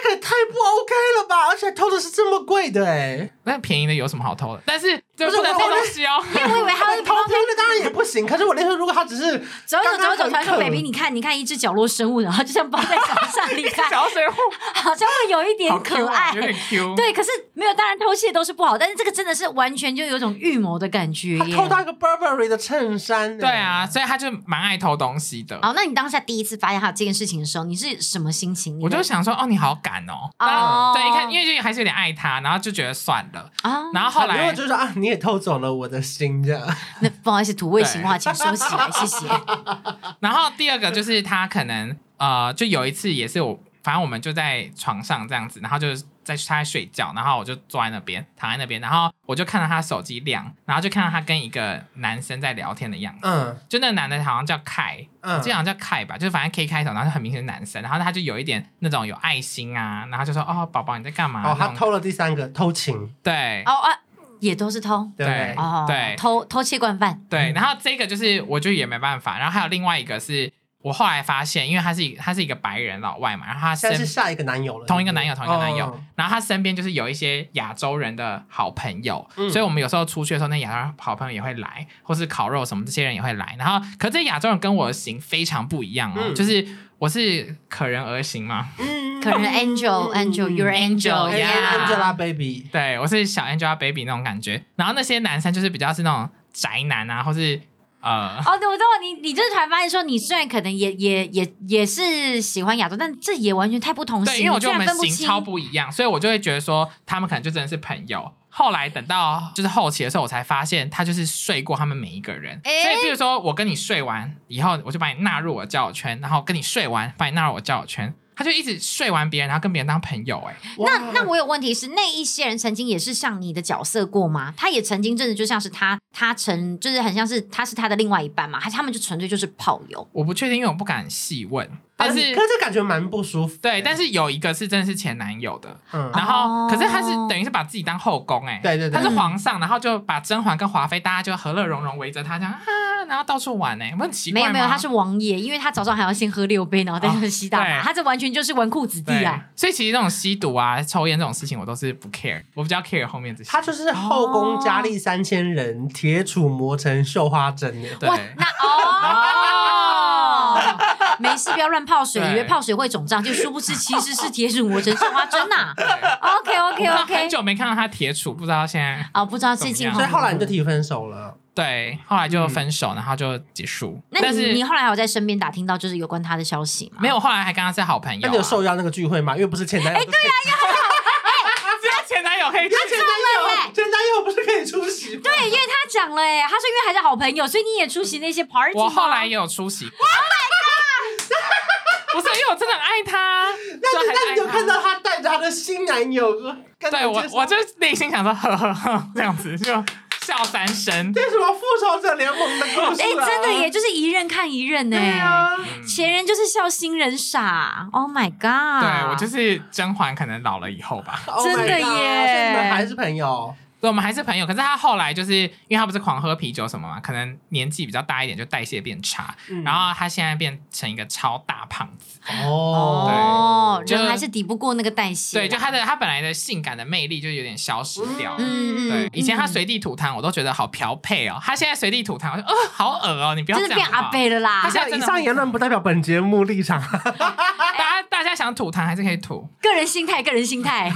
[SPEAKER 3] 个也太不 OK 了吧！而且偷的是这么贵的哎、
[SPEAKER 1] 那便宜的有什么好偷的？但是就
[SPEAKER 3] 不是
[SPEAKER 1] 不能偷
[SPEAKER 3] 我
[SPEAKER 1] 东西 哦。
[SPEAKER 2] 因为哎我以为他会
[SPEAKER 3] 偷听的当然也不行。可是我那时候如果他只是
[SPEAKER 2] 走一走走一走，突然说
[SPEAKER 3] 刚刚很
[SPEAKER 2] baby，你看你看一只角落生物，然后就像包在脚上，你 看
[SPEAKER 1] 小水壶
[SPEAKER 2] 好像会有一点
[SPEAKER 1] 好 Q
[SPEAKER 2] 可
[SPEAKER 1] 啊
[SPEAKER 2] 爱
[SPEAKER 1] 有。点 Q。
[SPEAKER 2] 对，可是没有，当然偷窃都是不好，但是这个真的是完全就有一种预谋的感觉
[SPEAKER 3] 他
[SPEAKER 2] 耶。
[SPEAKER 3] 偷到一个 Burberry 的衬衫、
[SPEAKER 1] 对啊，，所以他就蛮爱偷东西的。
[SPEAKER 2] 哦，那你当下第一次发现他有这件事情的时候，你是什么心情？你
[SPEAKER 1] 我就
[SPEAKER 2] 会
[SPEAKER 1] 想说，哦，你好敢哦。
[SPEAKER 2] 哦
[SPEAKER 1] 对，一看，因为就还是有点爱他，然后就觉得算了。
[SPEAKER 2] 啊，
[SPEAKER 1] 然后后
[SPEAKER 3] 然
[SPEAKER 1] 来
[SPEAKER 3] 后就说啊，你也偷走了我的心这样。
[SPEAKER 2] 那不好意思，土味情话，请哦收起来，谢谢。
[SPEAKER 1] 然后第二个就是他可能呃，就有一次也是我，反正我们就在床上这样子，然后就是在他在睡觉，然后我就坐在那边躺在那边，然后我就看到他手机亮，然后就看到他跟一个男生在聊天的样子，
[SPEAKER 3] 嗯
[SPEAKER 1] 就那个男的好像叫凯，
[SPEAKER 3] 嗯，
[SPEAKER 1] 这好像叫凯吧，就是反正 K 开头，然后就很明显是男生，然后他就有一点那种有爱心啊，然后就说哦，宝宝你在干嘛？
[SPEAKER 3] 哦，
[SPEAKER 1] 那
[SPEAKER 3] 他
[SPEAKER 1] 种
[SPEAKER 3] 偷了第三个偷情，
[SPEAKER 1] 对
[SPEAKER 2] 哦啊，也都是偷
[SPEAKER 3] 对不对
[SPEAKER 1] 对
[SPEAKER 2] 哦，
[SPEAKER 1] 对
[SPEAKER 2] 偷偷窃惯犯。
[SPEAKER 3] 哦
[SPEAKER 1] 对，然后这个就是我就也没办法，然后还有另外一个是我后来发现，因为他是一他是一个白人老外嘛，然后他
[SPEAKER 3] 现在
[SPEAKER 1] 身
[SPEAKER 3] 是下一个男友了，
[SPEAKER 1] 同一个男友，
[SPEAKER 3] 对
[SPEAKER 1] 同
[SPEAKER 3] 不
[SPEAKER 1] 一
[SPEAKER 3] 对
[SPEAKER 1] 个男友，
[SPEAKER 3] 哦
[SPEAKER 1] 然后他身边就是有一些亚洲人的好朋友，
[SPEAKER 3] 嗯
[SPEAKER 1] 所以我们有时候出去的时候，那亚洲好朋友也会来，或是烤肉什么，这些人也会来。然后，可这些亚洲人跟我的型非常不一样哦，
[SPEAKER 3] 嗯
[SPEAKER 1] 就是我是可人而行嘛，
[SPEAKER 3] 嗯
[SPEAKER 2] 可能 Angel Angel You're Angel
[SPEAKER 1] 嗯 Angel，
[SPEAKER 2] yeah
[SPEAKER 1] yeah
[SPEAKER 3] Angelababy，
[SPEAKER 1] 对我是小 Angelababy 那种感觉。然后那些男生就是比较是那种宅男啊，或是呃，
[SPEAKER 2] 哦，对，我知道你，你就是突然发现说，你虽然可能也也也也是喜欢亚洲，但这也完全太不同型，
[SPEAKER 1] 对，因为我
[SPEAKER 2] 你
[SPEAKER 1] 觉得我
[SPEAKER 2] 居
[SPEAKER 1] 们
[SPEAKER 2] 然分不
[SPEAKER 1] 型
[SPEAKER 2] 清
[SPEAKER 1] 超不一样，所以我就会觉得说他们可能就真的是朋友。后来等到就是后期的时候，我才发现他就是睡过他们每一个人。
[SPEAKER 2] 诶
[SPEAKER 1] 所以，比如说我跟你睡完以后，我就把你纳入我的交友圈，然后跟你睡完，把你纳入我的交友圈。他就一直睡完别人，然后跟别人当朋友、欸。哎，
[SPEAKER 2] 那那我有问题是，那一些人曾经也是像你的角色过吗？他也曾经真的就像是他，他成就是很像是他是他的另外一半嘛，还是他们就纯粹就是炮友？
[SPEAKER 1] 我不确定，因为我不敢细问。但
[SPEAKER 3] 啊
[SPEAKER 1] 是
[SPEAKER 3] 可，是这感觉蛮不舒服的，
[SPEAKER 1] 对，但是有一个是真的是前男友的，
[SPEAKER 3] 嗯
[SPEAKER 1] 然后、
[SPEAKER 2] 哦
[SPEAKER 1] 可是他是等于是把自己当后宫、欸，哎，
[SPEAKER 3] 对对对
[SPEAKER 1] 他是皇上，然后就把甄嬛跟华妃大家就和乐融融围着他这样啊，然后到处玩、欸，哎，我很奇怪
[SPEAKER 2] 没有没有，
[SPEAKER 1] 吗
[SPEAKER 2] 他是王爷，因为他早上还要先喝六杯，然后再去吸大麻，
[SPEAKER 1] 对
[SPEAKER 2] 他这完全就是纨绔子弟
[SPEAKER 1] 对
[SPEAKER 2] 啊！
[SPEAKER 1] 所以其实那种吸毒啊、抽烟这种事情，我都是不 care，我比较 care 后面这些。
[SPEAKER 3] 他就是后宫佳丽三千人，铁
[SPEAKER 1] 哦
[SPEAKER 3] 杵磨成绣花针耶
[SPEAKER 1] 对
[SPEAKER 2] 哇，那哦，没事不要乱泡水，
[SPEAKER 1] 对
[SPEAKER 2] 以为泡水会肿胀，就殊不知其实是铁杵磨成绣花针啊 呐。OK OK
[SPEAKER 1] 我
[SPEAKER 2] OK，
[SPEAKER 1] 很久没看到他铁杵，不知道现在
[SPEAKER 2] 啊，不知道最近
[SPEAKER 1] 怎么样
[SPEAKER 3] 所以后来你就提分手了。
[SPEAKER 1] 对，后来就分手，然后就结束。
[SPEAKER 3] 嗯
[SPEAKER 2] 那
[SPEAKER 1] 但
[SPEAKER 2] 你
[SPEAKER 1] 是
[SPEAKER 2] 你后来还有在身边打听到就是有关他的消息吗？
[SPEAKER 1] 没有，后来还跟他是好朋友、
[SPEAKER 3] 那
[SPEAKER 1] 啊。
[SPEAKER 3] 你有受邀那个聚会吗？因为不是前男友，哎，对
[SPEAKER 2] 啊
[SPEAKER 3] 呀，
[SPEAKER 1] 只有啊前男友可以去，
[SPEAKER 3] 前男友，前男友不是可以出席吗？
[SPEAKER 2] 对，因为他讲了哎，他说因为还是好朋友，所以你也出席那些 party 吗。
[SPEAKER 1] 我后来也有出席。
[SPEAKER 3] Oh
[SPEAKER 1] 不是，因为我真的很爱他，
[SPEAKER 3] 那
[SPEAKER 1] 就
[SPEAKER 2] 啊
[SPEAKER 3] 你
[SPEAKER 1] 还
[SPEAKER 3] 那你
[SPEAKER 1] 是
[SPEAKER 3] 有
[SPEAKER 1] 爱
[SPEAKER 3] 看到他带着他的新男友跟
[SPEAKER 1] 对我，我就内心想说，呵呵呵，这样子就笑三声。
[SPEAKER 3] 这是什么复仇者联盟的故事、啊？
[SPEAKER 2] 哎，真的耶，就是一任看一任呢哎
[SPEAKER 3] 对。啊，
[SPEAKER 2] 前人就是笑新人傻，Oh my god！
[SPEAKER 1] 对我就是甄嬛，可能老了以后吧。
[SPEAKER 3] Oh my
[SPEAKER 2] 真的
[SPEAKER 3] God，
[SPEAKER 2] 耶哦
[SPEAKER 3] 所以你们还是朋友。
[SPEAKER 1] 对，我们还是朋友。可是他后来就是因为他不是狂喝啤酒什么嘛，可能年纪比较大一点，就代谢变差，
[SPEAKER 3] 嗯
[SPEAKER 1] 然后他现在变成一个超大胖子。
[SPEAKER 3] 哦，
[SPEAKER 2] 哦，
[SPEAKER 1] 对
[SPEAKER 2] 人
[SPEAKER 1] 就
[SPEAKER 2] 还是抵不过那个代谢啦。
[SPEAKER 1] 对，就他的他本来的性感的魅力就有点消失掉了。
[SPEAKER 2] 啊嗯
[SPEAKER 1] 对
[SPEAKER 2] 嗯，，
[SPEAKER 1] 以前他
[SPEAKER 2] 嗯
[SPEAKER 1] 随地吐痰，我都觉得好漂配哦。他现在随地吐痰，我就呃好恶哦，你不要
[SPEAKER 2] 就
[SPEAKER 1] 这
[SPEAKER 2] 是
[SPEAKER 1] 样
[SPEAKER 2] 嗯变
[SPEAKER 1] 好不好
[SPEAKER 2] 阿哎贝了啦
[SPEAKER 1] 他。现在真
[SPEAKER 3] 以
[SPEAKER 1] 的
[SPEAKER 3] 上言论不代表本节目 立场。
[SPEAKER 1] 大家大家想吐痰还是可以吐。
[SPEAKER 2] 个人心态，个人心态。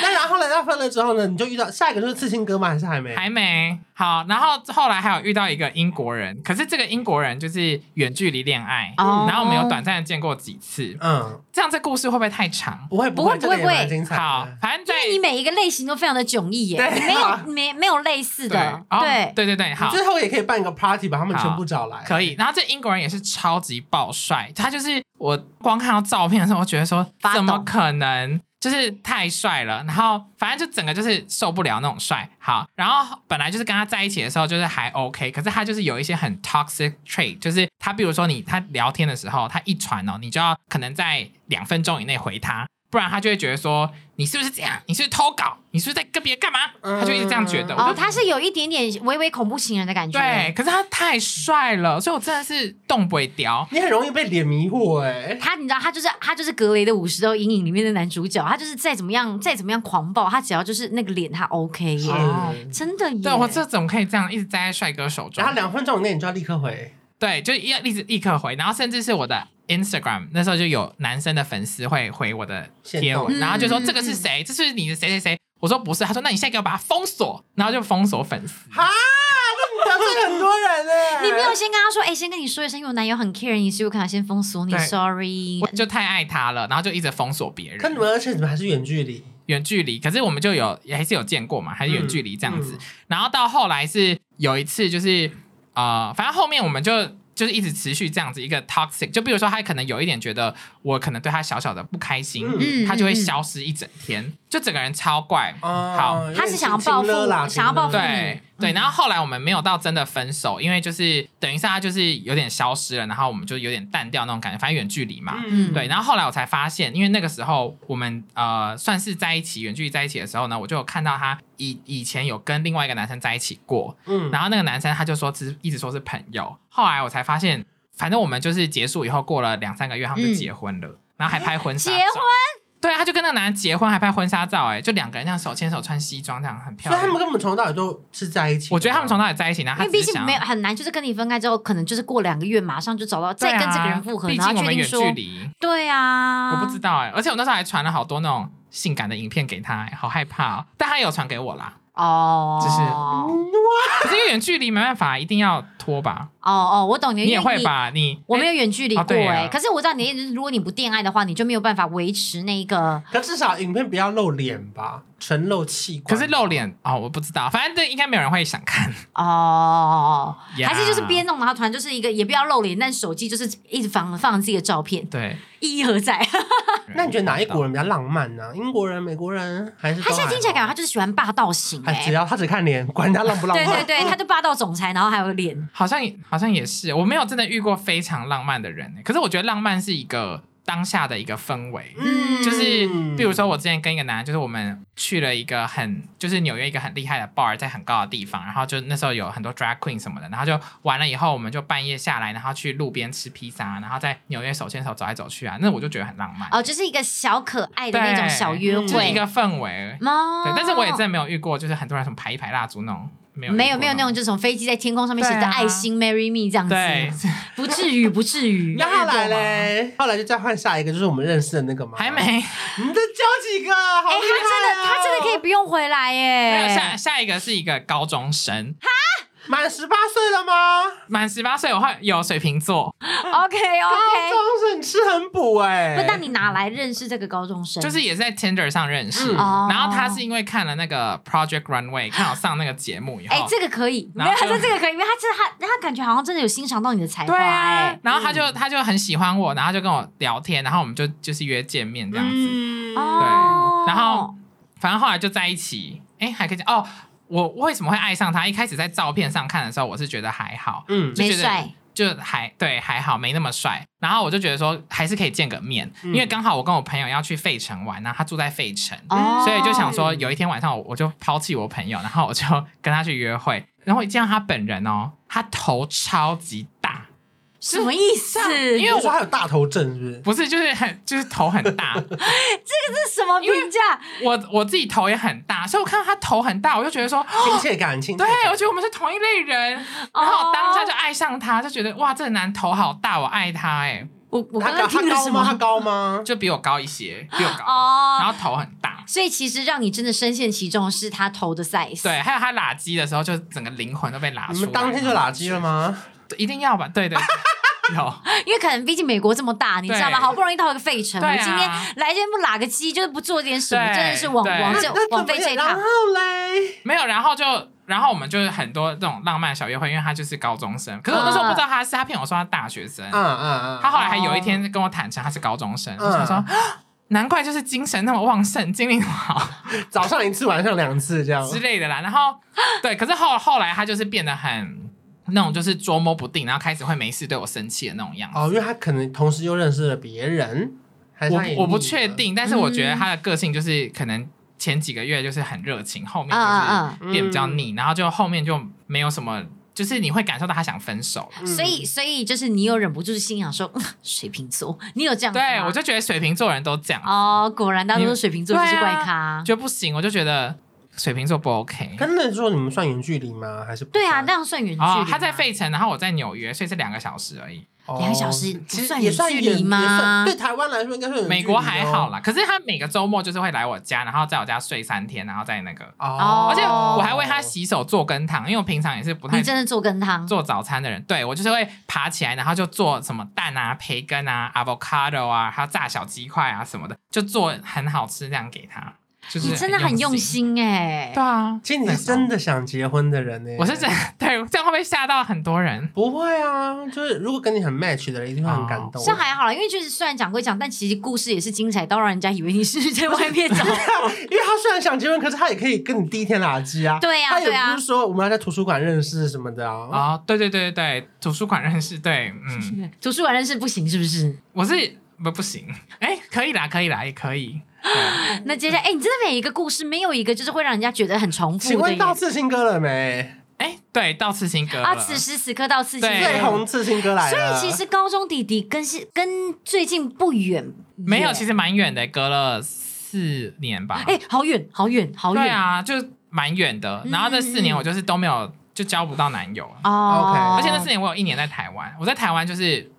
[SPEAKER 3] 那然后呢？那分了之后呢？你就遇到下一个就是刺青哥吗？还是还没？
[SPEAKER 1] 还没好，然后后来还有遇到一个英国人，可是这个英国人就是远距离恋爱，
[SPEAKER 2] 哦
[SPEAKER 1] 然后我们有短暂的见过几次。
[SPEAKER 3] 嗯，
[SPEAKER 1] 这样这故事会不会太长？
[SPEAKER 3] 不会
[SPEAKER 2] 不
[SPEAKER 3] 会
[SPEAKER 2] 会
[SPEAKER 3] 这个也
[SPEAKER 2] 不会
[SPEAKER 3] 蛮精彩的。
[SPEAKER 1] 好，反正在
[SPEAKER 2] 你每一个类型都非常的迥异耶，
[SPEAKER 3] 对
[SPEAKER 2] 没有没没有类似
[SPEAKER 1] 啊对
[SPEAKER 2] 的，
[SPEAKER 1] 哦
[SPEAKER 2] 对。
[SPEAKER 1] 对对对，好，
[SPEAKER 3] 最后也可以办一个 party，把他们
[SPEAKER 1] 好
[SPEAKER 3] 全部找来。
[SPEAKER 1] 可以。然后这英国人也是超级爆帅，他就是我光看到照片的时候，我觉得说
[SPEAKER 2] 发抖
[SPEAKER 1] 怎么可能？就是太帅了，然后反正就整个就是受不了那种帅。好，然后本来就是跟他在一起的时候就是还 OK，可是他就是有一些很 toxic trait，就是他比如说你他聊天的时候，他一传哦，你就要可能在两分钟以内回他，不然他就会觉得说你是不是这样，你是不是偷搞，你是不是在跟别人干嘛？他就一直这样觉得。我就
[SPEAKER 2] 哦，他是有一点点微微恐怖情人的感觉。
[SPEAKER 1] 对，，可是他太帅了，所以我真的是动不会雕。
[SPEAKER 3] 你很容易被脸迷惑哎、
[SPEAKER 2] 他你知道，他就是他就是格雷的五十道阴影里面的男主角，他就是再怎么样再怎么样狂暴，他只要就是那个脸，他 OK 耶，
[SPEAKER 1] 哦
[SPEAKER 2] 真的耶。
[SPEAKER 1] 对我这怎么可以这样一直栽在帅哥手中
[SPEAKER 3] 然后？两分钟以内你就要立刻回，
[SPEAKER 1] 对，就一一直立刻回，然后甚至是我的 Instagram 那时候就有男生的粉丝会回我的贴
[SPEAKER 3] 限
[SPEAKER 1] 文，
[SPEAKER 2] 动
[SPEAKER 1] 然后就说
[SPEAKER 2] 嗯
[SPEAKER 1] 这个是谁，这是你的谁谁谁。我说不是，他说那你现在给我把他封锁，然后就封锁粉丝。
[SPEAKER 3] 得罪很多人 哎、
[SPEAKER 2] 你没有先跟他说，哎、先跟你说一声，因为我男友很 care 你，所以我可能先封锁你
[SPEAKER 1] 对
[SPEAKER 2] ，sorry
[SPEAKER 1] 我。就太爱他了，然后就一直封锁别
[SPEAKER 3] 可你
[SPEAKER 1] 人，
[SPEAKER 3] 们而且你们还是远距离，
[SPEAKER 1] 远距离。可是我们就有还是有见过嘛，还是远距离这样子。
[SPEAKER 3] 嗯
[SPEAKER 1] 然后到后来是有一次，就是呃，反正后面我们就就是一直持续这样子一个 toxic，就比如说他可能有一点觉得我可能对他小小的不开心，
[SPEAKER 3] 嗯
[SPEAKER 1] 他就会消失一整天，就整个人超怪。
[SPEAKER 3] 嗯
[SPEAKER 1] 好
[SPEAKER 3] 有点
[SPEAKER 2] 他是想要报复
[SPEAKER 3] 亲热啦
[SPEAKER 2] 想要报复
[SPEAKER 3] 亲热
[SPEAKER 1] 对对，然后后来我们没有到真的分手，因为就是等于是他就是有点消失了，然后我们就有点淡掉那种感觉，反正远距离嘛。
[SPEAKER 3] 嗯，
[SPEAKER 1] 对，然后后来我才发现，因为那个时候我们呃算是在一起远距离在一起的时候呢，我就有看到他以以前有跟另外一个男生在一起过，
[SPEAKER 3] 嗯，
[SPEAKER 1] 然后那个男生他就说只一直说是朋友，后来我才发现，反正我们就是结束以后过了两三个月，他们就
[SPEAKER 2] 嗯
[SPEAKER 1] 结婚了，然后还拍婚纱，
[SPEAKER 2] 结婚。
[SPEAKER 1] 对，啊他就跟那个男的结婚，还拍婚纱照、哎，就两个人这样手牵手穿西装，这样很漂
[SPEAKER 3] 所以
[SPEAKER 1] 亮。
[SPEAKER 3] 他们根本从头到尾就是在一起的。
[SPEAKER 1] 我觉得他们从哪里在一起呢？
[SPEAKER 2] 因
[SPEAKER 1] 他
[SPEAKER 2] 为毕
[SPEAKER 1] 只是
[SPEAKER 2] 竟
[SPEAKER 1] 想
[SPEAKER 2] 没有很难，就是跟你分开之后，可能就是过两个月，马上就找到
[SPEAKER 1] 对
[SPEAKER 2] 再跟这个人
[SPEAKER 1] 啊
[SPEAKER 2] 复合，
[SPEAKER 1] 毕
[SPEAKER 2] 然后
[SPEAKER 1] 竟我
[SPEAKER 2] 确
[SPEAKER 1] 们
[SPEAKER 2] 定
[SPEAKER 1] 远
[SPEAKER 2] 说
[SPEAKER 1] 距，离，
[SPEAKER 2] 对啊，
[SPEAKER 1] 我不知道哎、而且我那时候还传了好多那种性感的影片给他、哎好害怕哦。但他也有传给我啦，
[SPEAKER 2] 哦，
[SPEAKER 1] 只是
[SPEAKER 2] 哦
[SPEAKER 1] 可是因为远距离没办法，一定要拖吧？
[SPEAKER 2] 哦，我懂你，
[SPEAKER 1] 你
[SPEAKER 2] 因
[SPEAKER 1] 也
[SPEAKER 2] 为
[SPEAKER 1] 会？吧？你
[SPEAKER 2] 我没
[SPEAKER 1] 有
[SPEAKER 2] 有远距离过
[SPEAKER 1] 哦对
[SPEAKER 2] 哎、
[SPEAKER 1] 啊
[SPEAKER 2] 可是我知道你的意思是，如果你不恋爱的话，你就没有办法维持那个。
[SPEAKER 3] 可至少影片不要露脸吧，纯露器
[SPEAKER 1] 可
[SPEAKER 3] 官。
[SPEAKER 1] 是露脸哦，我不知道，反正这应该没有人会想看。
[SPEAKER 2] 哦
[SPEAKER 1] Yeah
[SPEAKER 2] 还是就是边弄，然后突然就是一个也不要露脸，但手机就是一直放放自己的照片，
[SPEAKER 1] 对，
[SPEAKER 2] 意义何 在？
[SPEAKER 3] 那你觉得哪一国人比较浪漫呢、英国人、美国人还是都
[SPEAKER 1] 啊
[SPEAKER 2] 他
[SPEAKER 3] 还好？
[SPEAKER 2] 现在听起来感觉他就是喜欢霸道型哎、
[SPEAKER 3] 还只要他只看脸，管他浪不浪
[SPEAKER 2] 对
[SPEAKER 3] 漫。
[SPEAKER 2] 对
[SPEAKER 1] 嗯
[SPEAKER 2] 对，他就霸道总裁，然后还有脸，
[SPEAKER 1] 好像也好像也是，我没有真的遇过非常浪漫的人、欸可是我觉得浪漫是一个当下的一个氛围。
[SPEAKER 2] 嗯
[SPEAKER 1] 就是，比如说我之前跟一个男的，就是我们去了一个很，就是纽约一个很厉害的 bar，在很高的地方，然后就那时候有很多 drag queen 什么的，然后就完了以后，我们就半夜下来，然后去路边吃披萨，然后在纽约手牵手走来走去啊，那我就觉得很浪漫，
[SPEAKER 2] 哦，就是一个小可爱的
[SPEAKER 1] 对
[SPEAKER 2] 那种小约
[SPEAKER 1] 就是
[SPEAKER 2] 会
[SPEAKER 1] 一。个氛围。
[SPEAKER 2] 哦
[SPEAKER 1] 对，但是我也真的没有遇过，就是很多人什么排一排蜡烛那种，没有
[SPEAKER 2] 没有
[SPEAKER 1] 遇过
[SPEAKER 2] 没有那种就是从飞机在天空上面写着
[SPEAKER 1] 对啊
[SPEAKER 2] 爱心 marry me 这样
[SPEAKER 1] 对
[SPEAKER 2] 子，，不至于不至于。
[SPEAKER 3] 那后来嘞，后来就再换下一个，就是我们认识的那个吗？
[SPEAKER 1] 还没。
[SPEAKER 3] 你再教几个，好
[SPEAKER 2] 哎、
[SPEAKER 3] 厉害、
[SPEAKER 2] 他真的他真的可以，不用回来
[SPEAKER 1] 哦没有
[SPEAKER 2] 耶
[SPEAKER 1] 下。下一个是一个高中生，
[SPEAKER 3] 满十八岁了吗？
[SPEAKER 1] 满十八岁，我会有水瓶座，
[SPEAKER 2] OK
[SPEAKER 3] 高
[SPEAKER 2] OK，
[SPEAKER 3] 中生你吃很补哎、
[SPEAKER 2] 不，那你哪来认识这个高中生？
[SPEAKER 1] 就是也是在 Tinder 上认识，
[SPEAKER 3] 嗯
[SPEAKER 2] 哦
[SPEAKER 1] 然后他是因为看了那个 Project Runway，看我上那个节目以后，
[SPEAKER 2] 哎、这个可以，没
[SPEAKER 1] 然
[SPEAKER 2] 有
[SPEAKER 1] 后
[SPEAKER 2] 他
[SPEAKER 1] 就
[SPEAKER 2] 说这个可以，因为他真的他他感觉好像真的有欣赏到你的才华、
[SPEAKER 1] 对啊
[SPEAKER 2] 哎，
[SPEAKER 1] 然后他就他就很喜欢我，然后就跟我聊天，然后我们就就是约见面这样子，
[SPEAKER 3] 嗯
[SPEAKER 2] 哦，
[SPEAKER 1] 然后反正后来就在一起，哎，还可以讲哦。我为什么会爱上他？一开始在照片上看的时候，我是觉得还好，
[SPEAKER 3] 嗯
[SPEAKER 1] 就
[SPEAKER 2] 没
[SPEAKER 1] 觉得
[SPEAKER 2] 帅，
[SPEAKER 1] 就还对还好，没那么帅。然后我就觉得说，还是可以见个面，
[SPEAKER 3] 嗯
[SPEAKER 1] 因为刚好我跟我朋友要去费城玩，然后他住在费城，
[SPEAKER 2] 哦，
[SPEAKER 1] 嗯所以就想说，有一天晚上我我就抛弃我朋友，然后我就跟他去约会， 然后一见到他本人哦，他头超级大，
[SPEAKER 2] 什么意思？
[SPEAKER 1] 因
[SPEAKER 3] 因
[SPEAKER 1] 为
[SPEAKER 3] 为我
[SPEAKER 1] 我
[SPEAKER 3] 说他有大头症是不是？
[SPEAKER 2] 哦
[SPEAKER 1] 不是就是很就是头很大，
[SPEAKER 2] 这是什么评价？
[SPEAKER 1] 我我自己头也很大，所以我看到他头很大，我就觉得说，
[SPEAKER 3] 亲切感，亲 切
[SPEAKER 1] 对
[SPEAKER 3] 感。
[SPEAKER 1] 我觉得我们是同一类人，
[SPEAKER 2] 哦
[SPEAKER 1] 然后我当下就爱上他，就觉得哇，这个男头好大，我爱他哎、
[SPEAKER 2] 我我
[SPEAKER 3] 他
[SPEAKER 2] 刚
[SPEAKER 3] 高
[SPEAKER 2] 刚听
[SPEAKER 3] 他
[SPEAKER 2] 了
[SPEAKER 3] 高
[SPEAKER 2] 什
[SPEAKER 3] 吗？他
[SPEAKER 2] 么？
[SPEAKER 3] 高吗？
[SPEAKER 1] 就比我高一些，比我高，然
[SPEAKER 2] 哦，
[SPEAKER 1] 后头很大。
[SPEAKER 2] 所以其实让你真的深陷其中是他头的 size。
[SPEAKER 1] 对，，还有他拉鸡的时候，就整个灵魂都被拉出来。
[SPEAKER 3] 你们当天就拉鸡了？吗？
[SPEAKER 1] 一定要吧？对对， 对有。
[SPEAKER 2] 因为可能毕竟美国这么大，你知道吗？
[SPEAKER 1] 对
[SPEAKER 2] 好不容易到一个费城，
[SPEAKER 1] 对啊
[SPEAKER 2] 我今天来这边不拉个鸡，就是不做点什么，
[SPEAKER 1] 对
[SPEAKER 2] 真的是往
[SPEAKER 1] 对
[SPEAKER 2] 往
[SPEAKER 1] 那
[SPEAKER 2] 这
[SPEAKER 3] 那
[SPEAKER 2] 往
[SPEAKER 3] 怎
[SPEAKER 2] 飞
[SPEAKER 3] 么
[SPEAKER 2] 这一
[SPEAKER 3] 样？然
[SPEAKER 2] 趟
[SPEAKER 3] 后。嘞，
[SPEAKER 1] 没有，然后就，然后我们就是很多这种浪漫小约会，因为他就是高中生，可是我那时候不知道他是，他骗我说他大学生，
[SPEAKER 3] 嗯嗯嗯，
[SPEAKER 1] 他后来还有一天跟我坦诚他是高中生，我想说。
[SPEAKER 3] 嗯
[SPEAKER 1] 啊难怪就是精神那么旺盛，精力那么 好
[SPEAKER 3] 早上一次，晚上两次这样。
[SPEAKER 1] 之类的啦。然后，对，可是后后来他就是变得很那种就是捉摸不定，然后开始会没事对我生气的那种样子。
[SPEAKER 3] 哦，因为他可能同时又认识了别人，还是他也腻
[SPEAKER 1] 我我不
[SPEAKER 3] 了嗯
[SPEAKER 1] 确。定，但是我觉得他的个性就是可能前几个月就是很热情，后面
[SPEAKER 2] 嗯
[SPEAKER 1] 就是变比较腻，然后就后面就没有什么，就是你会感受到他想分手。
[SPEAKER 2] 嗯所以，所以就是你有忍不住心想说，嗯水瓶座，你有这样子吗
[SPEAKER 1] 对，我就觉得水瓶座人都这样，
[SPEAKER 2] 哦，果然大多
[SPEAKER 1] 你
[SPEAKER 2] 数水瓶座就是
[SPEAKER 1] 对
[SPEAKER 2] 怪
[SPEAKER 1] 啊
[SPEAKER 2] 咖。
[SPEAKER 1] 就不行，我就觉得水瓶座不 OK。
[SPEAKER 3] 跟那时候你们算远距离吗？还是不
[SPEAKER 2] 对啊，
[SPEAKER 3] 算
[SPEAKER 2] 那样算远距离
[SPEAKER 1] 哦
[SPEAKER 2] 吗。，
[SPEAKER 1] 他在费城，然后我在纽约，所以是两个小时而已。
[SPEAKER 3] 哦
[SPEAKER 2] 两个小时
[SPEAKER 3] 其
[SPEAKER 2] 不
[SPEAKER 3] 实
[SPEAKER 2] 算
[SPEAKER 3] 也
[SPEAKER 2] 远
[SPEAKER 3] 算
[SPEAKER 2] 距
[SPEAKER 3] 远
[SPEAKER 2] 离
[SPEAKER 3] 也
[SPEAKER 2] 吗
[SPEAKER 3] 算对台湾来说应该算远距离哦
[SPEAKER 1] 美国还好啦，可是他每个周末就是会来我家，然后在我家睡三天，然后再那个，
[SPEAKER 3] 哦，
[SPEAKER 1] 而且我还为他洗手做羹汤，因为我平常也是不太
[SPEAKER 2] 你真的做羹汤，
[SPEAKER 1] 做早餐的人，对我就是会爬起来，然后就做什么蛋啊、培根啊、avocado 啊，还有炸小鸡块啊什么的，就做很好吃这样给他。就是
[SPEAKER 2] 你真的很用
[SPEAKER 1] 用。
[SPEAKER 2] 心哎、
[SPEAKER 1] 对啊，
[SPEAKER 3] 其实你是真的想结婚的人呢、欸
[SPEAKER 1] 我是真对，这样会不会吓到很多人？
[SPEAKER 3] 不会啊，就是如果跟你很 match 的人，一定会很感动。
[SPEAKER 2] 这还好啦，因为就是虽然讲归讲，但其实故事也是精彩到让人家以为你是在外面 找。
[SPEAKER 3] 因为他虽然想结婚，可是他也可以跟你第一天垃圾啊。
[SPEAKER 2] 对啊
[SPEAKER 3] 他也
[SPEAKER 2] 对啊
[SPEAKER 3] 不是说我们要在图书馆认识什么的
[SPEAKER 2] 哦
[SPEAKER 3] 啊。
[SPEAKER 1] 啊、对对对对对，图书馆认识，对， 嗯，
[SPEAKER 2] 图书馆认识不行是不是？
[SPEAKER 1] 我是不不行，哎，可以啦，可以啦，也可以。对
[SPEAKER 2] 那接下来，哎、你真的每一个故事没有一个就是会让人家觉得很重复
[SPEAKER 3] 请
[SPEAKER 2] 的
[SPEAKER 3] 问
[SPEAKER 2] 耶。
[SPEAKER 3] 到刺青哥了没？
[SPEAKER 1] 哎，对，到刺青哥了
[SPEAKER 2] 啊，此时此刻到刺青
[SPEAKER 1] 对啊
[SPEAKER 2] 哥
[SPEAKER 3] 最红刺青哥来
[SPEAKER 2] 所
[SPEAKER 3] 了。
[SPEAKER 2] 以其实高中弟弟跟是跟最近不远，
[SPEAKER 1] 没有，其。实蛮远的，隔了四年吧。
[SPEAKER 2] 哎、好远，好远，好远嗯
[SPEAKER 1] 对！啊，就蛮远的。然后那四年我就是都没有，就交不到男友。
[SPEAKER 2] 哦
[SPEAKER 3] OK
[SPEAKER 1] 而且那四年我有一年在台湾，我在台湾就是，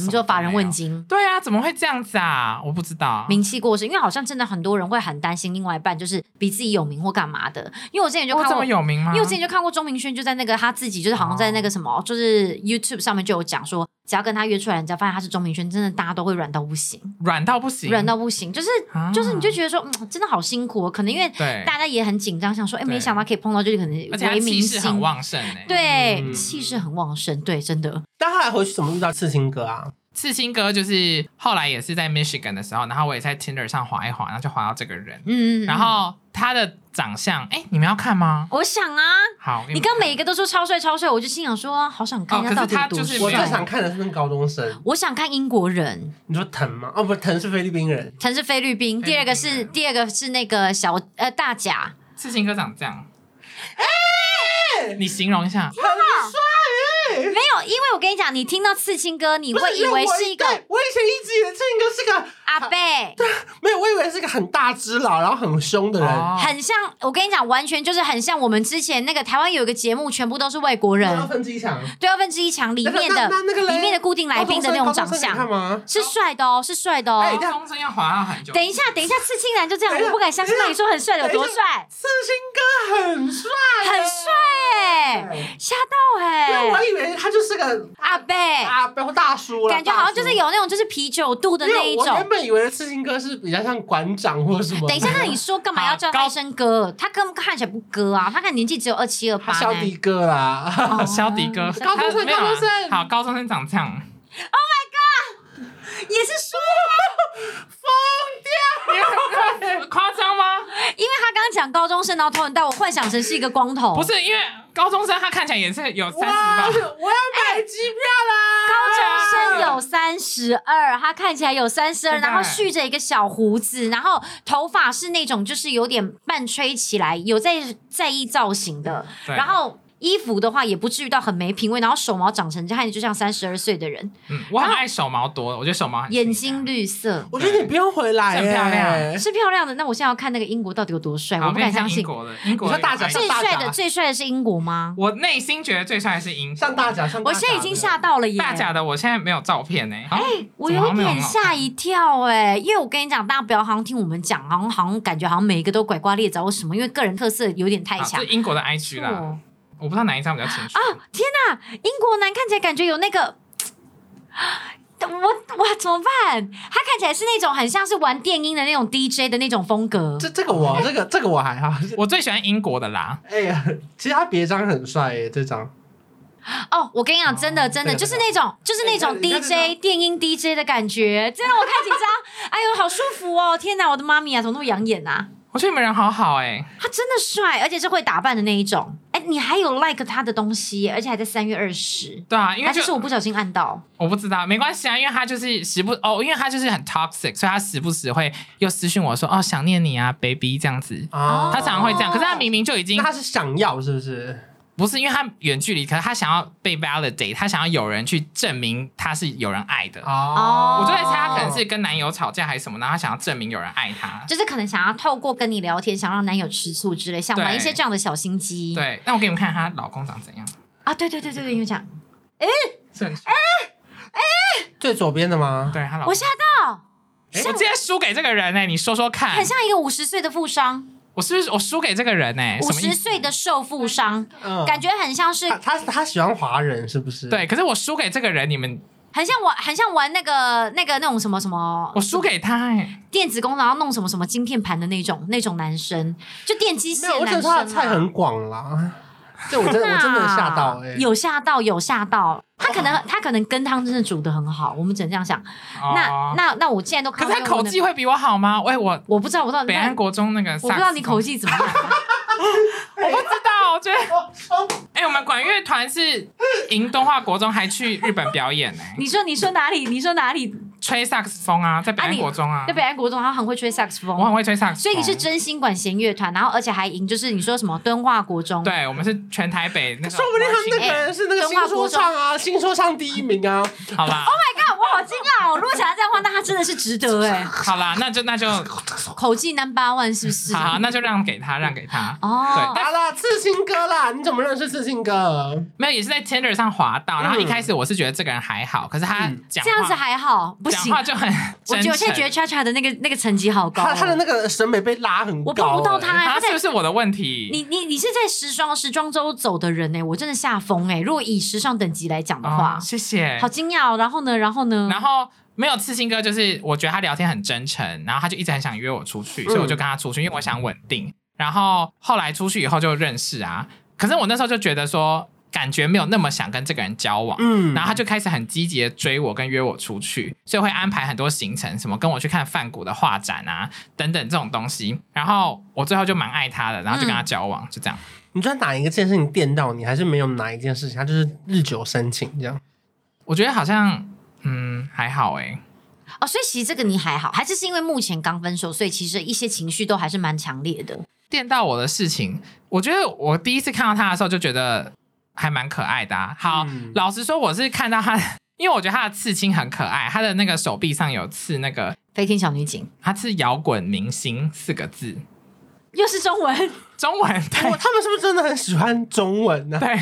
[SPEAKER 2] 你说法人问津，
[SPEAKER 1] 对啊，怎么会这样子啊？我不知道。
[SPEAKER 2] 名气过剩，因为好像真的很多人会很担心另外一半就是比自己有名或干嘛的。因为我之前就
[SPEAKER 1] 我
[SPEAKER 2] 看
[SPEAKER 1] 哦这
[SPEAKER 2] 过
[SPEAKER 1] 么，有名啊哦吗？
[SPEAKER 2] 因为我之前就看过钟明轩就在那个他自己就是好像在那个什么，就是 YouTube 上面就有讲说，只要跟他约出来，人家发现他是钟明轩，真的大家都会软到不行，
[SPEAKER 1] 软到不行，
[SPEAKER 2] 软到不行，就是
[SPEAKER 1] 啊
[SPEAKER 2] 就是你就觉得说，嗯，真的好辛苦、哦，可能因为
[SPEAKER 1] 对，
[SPEAKER 2] 大家也很紧张，想说，哎，
[SPEAKER 1] 对
[SPEAKER 2] 没想到可以碰到就是可能
[SPEAKER 1] 而且他
[SPEAKER 2] 为
[SPEAKER 1] 气
[SPEAKER 2] 明
[SPEAKER 1] 势很
[SPEAKER 2] 星，
[SPEAKER 1] 旺盛哎。，
[SPEAKER 2] 对，
[SPEAKER 3] 嗯
[SPEAKER 2] 气势很旺盛，对，真的，
[SPEAKER 3] 但后来回去怎么遇到刺青哥啊？
[SPEAKER 1] 刺青哥就是后来也是在 Michigan 的时候，然后我也在 Tinder 上滑一滑，然后就滑到这个人，
[SPEAKER 2] 嗯，
[SPEAKER 1] 然后他的长相，哎，你们要看吗？
[SPEAKER 2] 我想啊，
[SPEAKER 1] 好，
[SPEAKER 2] 你刚每一个都说超帅超帅，我就心想说，好想
[SPEAKER 1] 哦
[SPEAKER 2] 看一
[SPEAKER 1] 可
[SPEAKER 2] 下
[SPEAKER 1] 是
[SPEAKER 2] 到底
[SPEAKER 1] 他
[SPEAKER 2] 有多
[SPEAKER 1] 就是
[SPEAKER 2] 帅。
[SPEAKER 1] 没有
[SPEAKER 3] 我最想看的是那个高中生，
[SPEAKER 2] 我想看英国人，
[SPEAKER 3] 你说疼吗？哦，不，疼是菲律宾人。
[SPEAKER 2] 曾是菲律宾，第二个
[SPEAKER 1] 菲律宾
[SPEAKER 2] 是
[SPEAKER 1] 人
[SPEAKER 2] 第二个是那个小呃大甲，
[SPEAKER 1] 刺青哥长这样，你形容一下，
[SPEAKER 2] 没有，因为因为我跟你讲，你听到刺青歌，你会以为是一个
[SPEAKER 3] 对我以前一直以为这个是个
[SPEAKER 2] 阿贝，
[SPEAKER 3] 没有，我以为是个很大只佬，然后很凶的人。
[SPEAKER 1] 哦
[SPEAKER 2] 很像。我跟你讲，完全就是很像我们之前那个台湾有一个节目，全部都是外国
[SPEAKER 3] 然后
[SPEAKER 2] 人，
[SPEAKER 3] 分机场
[SPEAKER 2] 对，二分之一强里面
[SPEAKER 3] 那
[SPEAKER 2] 的
[SPEAKER 3] 个那那那个嘞
[SPEAKER 2] 里面的固定来宾的那种长
[SPEAKER 3] 看
[SPEAKER 2] 相，
[SPEAKER 3] 吗？
[SPEAKER 2] 是帅的哦，是帅的
[SPEAKER 3] 哎
[SPEAKER 2] 哦
[SPEAKER 3] 这。样
[SPEAKER 1] 风筝要滑到很久。
[SPEAKER 2] 等一下，等一下，刺青男就这样，
[SPEAKER 3] 等一下
[SPEAKER 2] 我不敢相信。
[SPEAKER 3] 等
[SPEAKER 2] 那
[SPEAKER 3] 一下
[SPEAKER 2] 你说很帅的有多帅？
[SPEAKER 3] 刺青哥很帅，
[SPEAKER 2] 很帅哎，
[SPEAKER 3] 对
[SPEAKER 2] 吓到
[SPEAKER 3] 因为我
[SPEAKER 2] 哎，
[SPEAKER 3] 以为他就是个
[SPEAKER 2] 阿贝，
[SPEAKER 3] 啊，不要大叔了，
[SPEAKER 2] 感觉好像
[SPEAKER 3] 大叔
[SPEAKER 2] 就是。有那种就是啤酒肚的
[SPEAKER 3] 因
[SPEAKER 2] 那
[SPEAKER 3] 为
[SPEAKER 2] 一
[SPEAKER 3] 我原
[SPEAKER 2] 种。
[SPEAKER 3] 本以为刺青哥是比较像馆长或者什么。
[SPEAKER 2] 等一下，那你说 干嘛要叫他一声哥？他根本看起来不哥啊，他看年纪只有二七二八
[SPEAKER 3] 他小迪哥啦，
[SPEAKER 1] 哦小迪哥，
[SPEAKER 3] 高中生
[SPEAKER 1] 他没有啊
[SPEAKER 3] 高中生
[SPEAKER 1] 好，高中生长这样，
[SPEAKER 2] 也是说，
[SPEAKER 1] 夸张吗？
[SPEAKER 2] 因为他刚刚讲高中生，然后突然到我幻想成是一个光头，
[SPEAKER 1] 不是，因为高中生他看起来也是有三
[SPEAKER 3] 哇！
[SPEAKER 1] 十吧。
[SPEAKER 3] 我要买机票啦！
[SPEAKER 2] 哎高中生有三十二，他看起来有三十二，
[SPEAKER 1] 真的
[SPEAKER 2] 然后蓄着一个小胡子，然后头发是那种就是有点半吹起来，有在在意造型的，
[SPEAKER 1] 对
[SPEAKER 2] 然后。衣服的话也不至于到很没品味，然后手毛长成这样，看起来就像三十二岁的人，
[SPEAKER 1] 嗯，我很爱手毛多，我觉得手毛很
[SPEAKER 2] 眼
[SPEAKER 1] 性
[SPEAKER 2] 睛
[SPEAKER 1] 感
[SPEAKER 2] 绿色，
[SPEAKER 3] 我觉得你不用回来，
[SPEAKER 1] 很漂亮
[SPEAKER 2] 是漂亮的。那我现在要看那个英国到底有多帅，
[SPEAKER 1] 哎好
[SPEAKER 2] 我不敢
[SPEAKER 1] 跟你
[SPEAKER 2] 相
[SPEAKER 1] 讲英
[SPEAKER 2] 信。
[SPEAKER 1] 国的英国
[SPEAKER 3] 你
[SPEAKER 1] 的
[SPEAKER 3] 说大脚
[SPEAKER 1] 有
[SPEAKER 2] 最
[SPEAKER 1] 白
[SPEAKER 3] 像
[SPEAKER 2] 帅
[SPEAKER 3] 大
[SPEAKER 2] 的
[SPEAKER 3] 甲
[SPEAKER 2] 最帅的是英国吗？
[SPEAKER 1] 我内心觉得最帅的是英国
[SPEAKER 3] 像大甲，像大
[SPEAKER 2] 我
[SPEAKER 3] 甲
[SPEAKER 2] 现在已经
[SPEAKER 3] 的
[SPEAKER 2] 吓到了耶！
[SPEAKER 1] 大甲的，我现在没有照片呢。哎，
[SPEAKER 2] 我
[SPEAKER 1] 怎么
[SPEAKER 2] 有
[SPEAKER 1] 好像没
[SPEAKER 2] 点
[SPEAKER 1] 很好
[SPEAKER 2] 吓一跳哎、因为我跟你讲，大家不要好像听我们讲，好像好像感觉好像每一个都拐瓜裂枣或什么，因为个人特色有点太
[SPEAKER 1] 啊
[SPEAKER 2] 强
[SPEAKER 1] 这。英国的 IG 啦，
[SPEAKER 2] 哦
[SPEAKER 1] 我不知道哪一张比较清楚。
[SPEAKER 2] 天哪、英国男看起来感觉有那个， 我我怎么办？他看起来是那种很像是玩电音的那种 DJ 的那种风格。
[SPEAKER 3] 这这个我这个这个我还好。
[SPEAKER 1] 我最喜欢英国的啦，
[SPEAKER 3] 哎呀，其实他别张很帅耶，这张
[SPEAKER 2] 哦，我跟你讲，真的真的
[SPEAKER 3] 这个
[SPEAKER 2] 就是那种就是那种
[SPEAKER 3] 哎你看你看这
[SPEAKER 2] DJ 电音 DJ 的感觉，这让我看几张，哎呦，好舒服哦！天哪，我的妈咪啊，怎么那么养眼啊？
[SPEAKER 1] 我觉得你们人好好哎。
[SPEAKER 2] 他真的帅，而且是会打扮的那一种。哎，你还有 like 他的东西，而且还在三月二十。
[SPEAKER 1] 对啊，因为
[SPEAKER 2] 还
[SPEAKER 1] 就是
[SPEAKER 2] 我不小心按到，
[SPEAKER 1] 我不知道，没关系啊，因为他就是时不哦，因为他就是很 toxic，所以他时不时会又私讯我说哦想念你啊，baby 这样子。
[SPEAKER 3] 啊
[SPEAKER 2] 哦
[SPEAKER 1] 他常常会这样，可是他明明就已经
[SPEAKER 3] 那他是想要是不是？
[SPEAKER 1] 不是因为他远距离，可是他想要被 validate，他想要有人去证明他是有人爱的。
[SPEAKER 3] 哦
[SPEAKER 1] 我就在猜他可能是跟男友吵架还是什么，然后他想要证明有人爱他。
[SPEAKER 2] 就是可能想要透过跟你聊天，想让男友吃醋之类，想玩
[SPEAKER 1] 对
[SPEAKER 2] 一些这样的小心机。
[SPEAKER 1] 对，那我给你们看她老公长怎样，
[SPEAKER 2] 啊，对对对对对，因为这样，
[SPEAKER 1] 是很
[SPEAKER 3] 最左边的吗？
[SPEAKER 1] 对她老
[SPEAKER 2] 我
[SPEAKER 1] 公，
[SPEAKER 2] 吓到，
[SPEAKER 1] 诶我直接输给这个人呢、欸你说说看
[SPEAKER 2] 很，像一个五十岁的富商，
[SPEAKER 1] 我是不是我输给这个人呢、欸
[SPEAKER 2] 五
[SPEAKER 1] 哎什么意
[SPEAKER 2] 十
[SPEAKER 1] 思？
[SPEAKER 2] 岁的瘦富商，
[SPEAKER 3] 嗯，
[SPEAKER 2] 感觉很像是
[SPEAKER 3] 他他他喜欢华人是不是？，
[SPEAKER 1] 对，可是我输给这个人，你们
[SPEAKER 2] 很像玩很像玩那个那个那种什么什么
[SPEAKER 3] 哦
[SPEAKER 1] 我输给他哎、
[SPEAKER 2] 电子工，然后弄什么什么晶片盘的那种那种男生，就电机系
[SPEAKER 3] 没有，
[SPEAKER 2] 的
[SPEAKER 3] 我觉
[SPEAKER 2] 男
[SPEAKER 3] 得
[SPEAKER 2] 生嘛。
[SPEAKER 3] 他的菜很广啦。这我真的我真的 吓到哎，
[SPEAKER 2] 啊有吓到，有吓到。他可能他可能羹汤真的煮的很好，我们只能这样想。那
[SPEAKER 1] 哦
[SPEAKER 2] 那那我既然都
[SPEAKER 1] 可
[SPEAKER 2] 看
[SPEAKER 1] 是
[SPEAKER 2] 到
[SPEAKER 1] 他
[SPEAKER 2] 那个
[SPEAKER 1] 口
[SPEAKER 2] 那
[SPEAKER 1] 技会比我好吗？喂，我
[SPEAKER 2] 啊我不知道，我不知道
[SPEAKER 1] 北安
[SPEAKER 2] 那
[SPEAKER 1] 国中那个，
[SPEAKER 2] 我不知道你口，技怎么样。
[SPEAKER 1] 我不知道，我觉得，哎、我们管乐团是赢东华国中，还去日本表演 呢、
[SPEAKER 2] 你说你说哪里？你说哪里？
[SPEAKER 1] 吹萨克斯风啊，在北
[SPEAKER 2] 啊
[SPEAKER 1] 安
[SPEAKER 2] 你
[SPEAKER 1] 国中啊，
[SPEAKER 2] 在北安国中，他很会吹萨克斯
[SPEAKER 1] 我很
[SPEAKER 2] 风，
[SPEAKER 1] 会吹萨克斯风，
[SPEAKER 2] 所以你是真心管弦乐团，然后而且还赢，就是你说什么敦化国中，
[SPEAKER 1] 对，我们是全台北那个，
[SPEAKER 3] 说不定他那
[SPEAKER 2] 哎
[SPEAKER 3] 个人是那个新说唱啊，新说唱第一名 啊，
[SPEAKER 1] 好啦，
[SPEAKER 2] 你哎看我好惊讶哦！如果想要这样的话，那他真的是值得哎，
[SPEAKER 1] 好啦，那就那 就
[SPEAKER 2] 口技 number one 是 不是？
[SPEAKER 1] 好好，那就让给他，让给他。对
[SPEAKER 2] 哦，
[SPEAKER 3] 好啦，刺青哥啦，你怎么认识刺青哥？
[SPEAKER 1] 没有，也是在 Tinder 上滑到，然后
[SPEAKER 3] 嗯
[SPEAKER 1] 一开始我是觉得这个人还好，可是他讲话
[SPEAKER 2] 嗯这样子还好，不
[SPEAKER 1] 讲
[SPEAKER 2] 行。
[SPEAKER 1] 话就很
[SPEAKER 2] 我
[SPEAKER 1] 真
[SPEAKER 2] 觉得我现在觉得
[SPEAKER 1] 诚。
[SPEAKER 2] Cha Cha 的那个那个层级好高哦，
[SPEAKER 3] 他他的那个审美被拉很高，
[SPEAKER 2] 我碰不到他
[SPEAKER 3] 哎
[SPEAKER 2] 哎，
[SPEAKER 1] 啊，
[SPEAKER 2] 他在
[SPEAKER 1] 是不是我的问题？
[SPEAKER 2] 你你你是在时装时装周走的人欸呢、我真的吓疯哎！如果以时尚等级来讲的
[SPEAKER 1] 哦，
[SPEAKER 2] 话，
[SPEAKER 1] 谢谢
[SPEAKER 2] 好。惊讶哦。然后呢，然后呢，
[SPEAKER 1] 然后没有刺青哥，就是我觉得他聊天很真诚，然后他就一直很想约我出去，所以我就跟他出去，因为我想稳定。然后后来出去以后就认识啊，可是我那时候就觉得说，感觉没有那么想跟这个人交往。
[SPEAKER 3] 嗯
[SPEAKER 1] 然后他就开始很积极的追我跟约我出去，所以会安排很多行程，什么跟我去看梵谷的画展啊等等这种东西。然后我最后就蛮爱他的，然后就跟他交往，就这样。
[SPEAKER 3] 你觉得哪一个件事情电到你，还是没有哪一件事情，它就是日久生情这 样？
[SPEAKER 1] 我觉得好像嗯还好哎、
[SPEAKER 2] 哦，所以其实这个你还好，还是是因为目前刚分手，所以其实一些情绪都还是蛮强烈的。
[SPEAKER 1] 电到我的事情，我觉得我第一次看到他的时候就觉得还蛮可爱的、啊。好，
[SPEAKER 3] 嗯
[SPEAKER 1] 老实说，我是看到他，因为我觉得他的刺青很可爱，他的那个手臂上有刺那个，
[SPEAKER 2] 飞天小女警
[SPEAKER 1] 他是摇滚明星四个字，
[SPEAKER 2] 又是中文，因
[SPEAKER 1] 中文
[SPEAKER 3] 哇，
[SPEAKER 2] 哦
[SPEAKER 1] 对
[SPEAKER 3] 他们是不是真的很喜欢中文啊呢、
[SPEAKER 1] 对，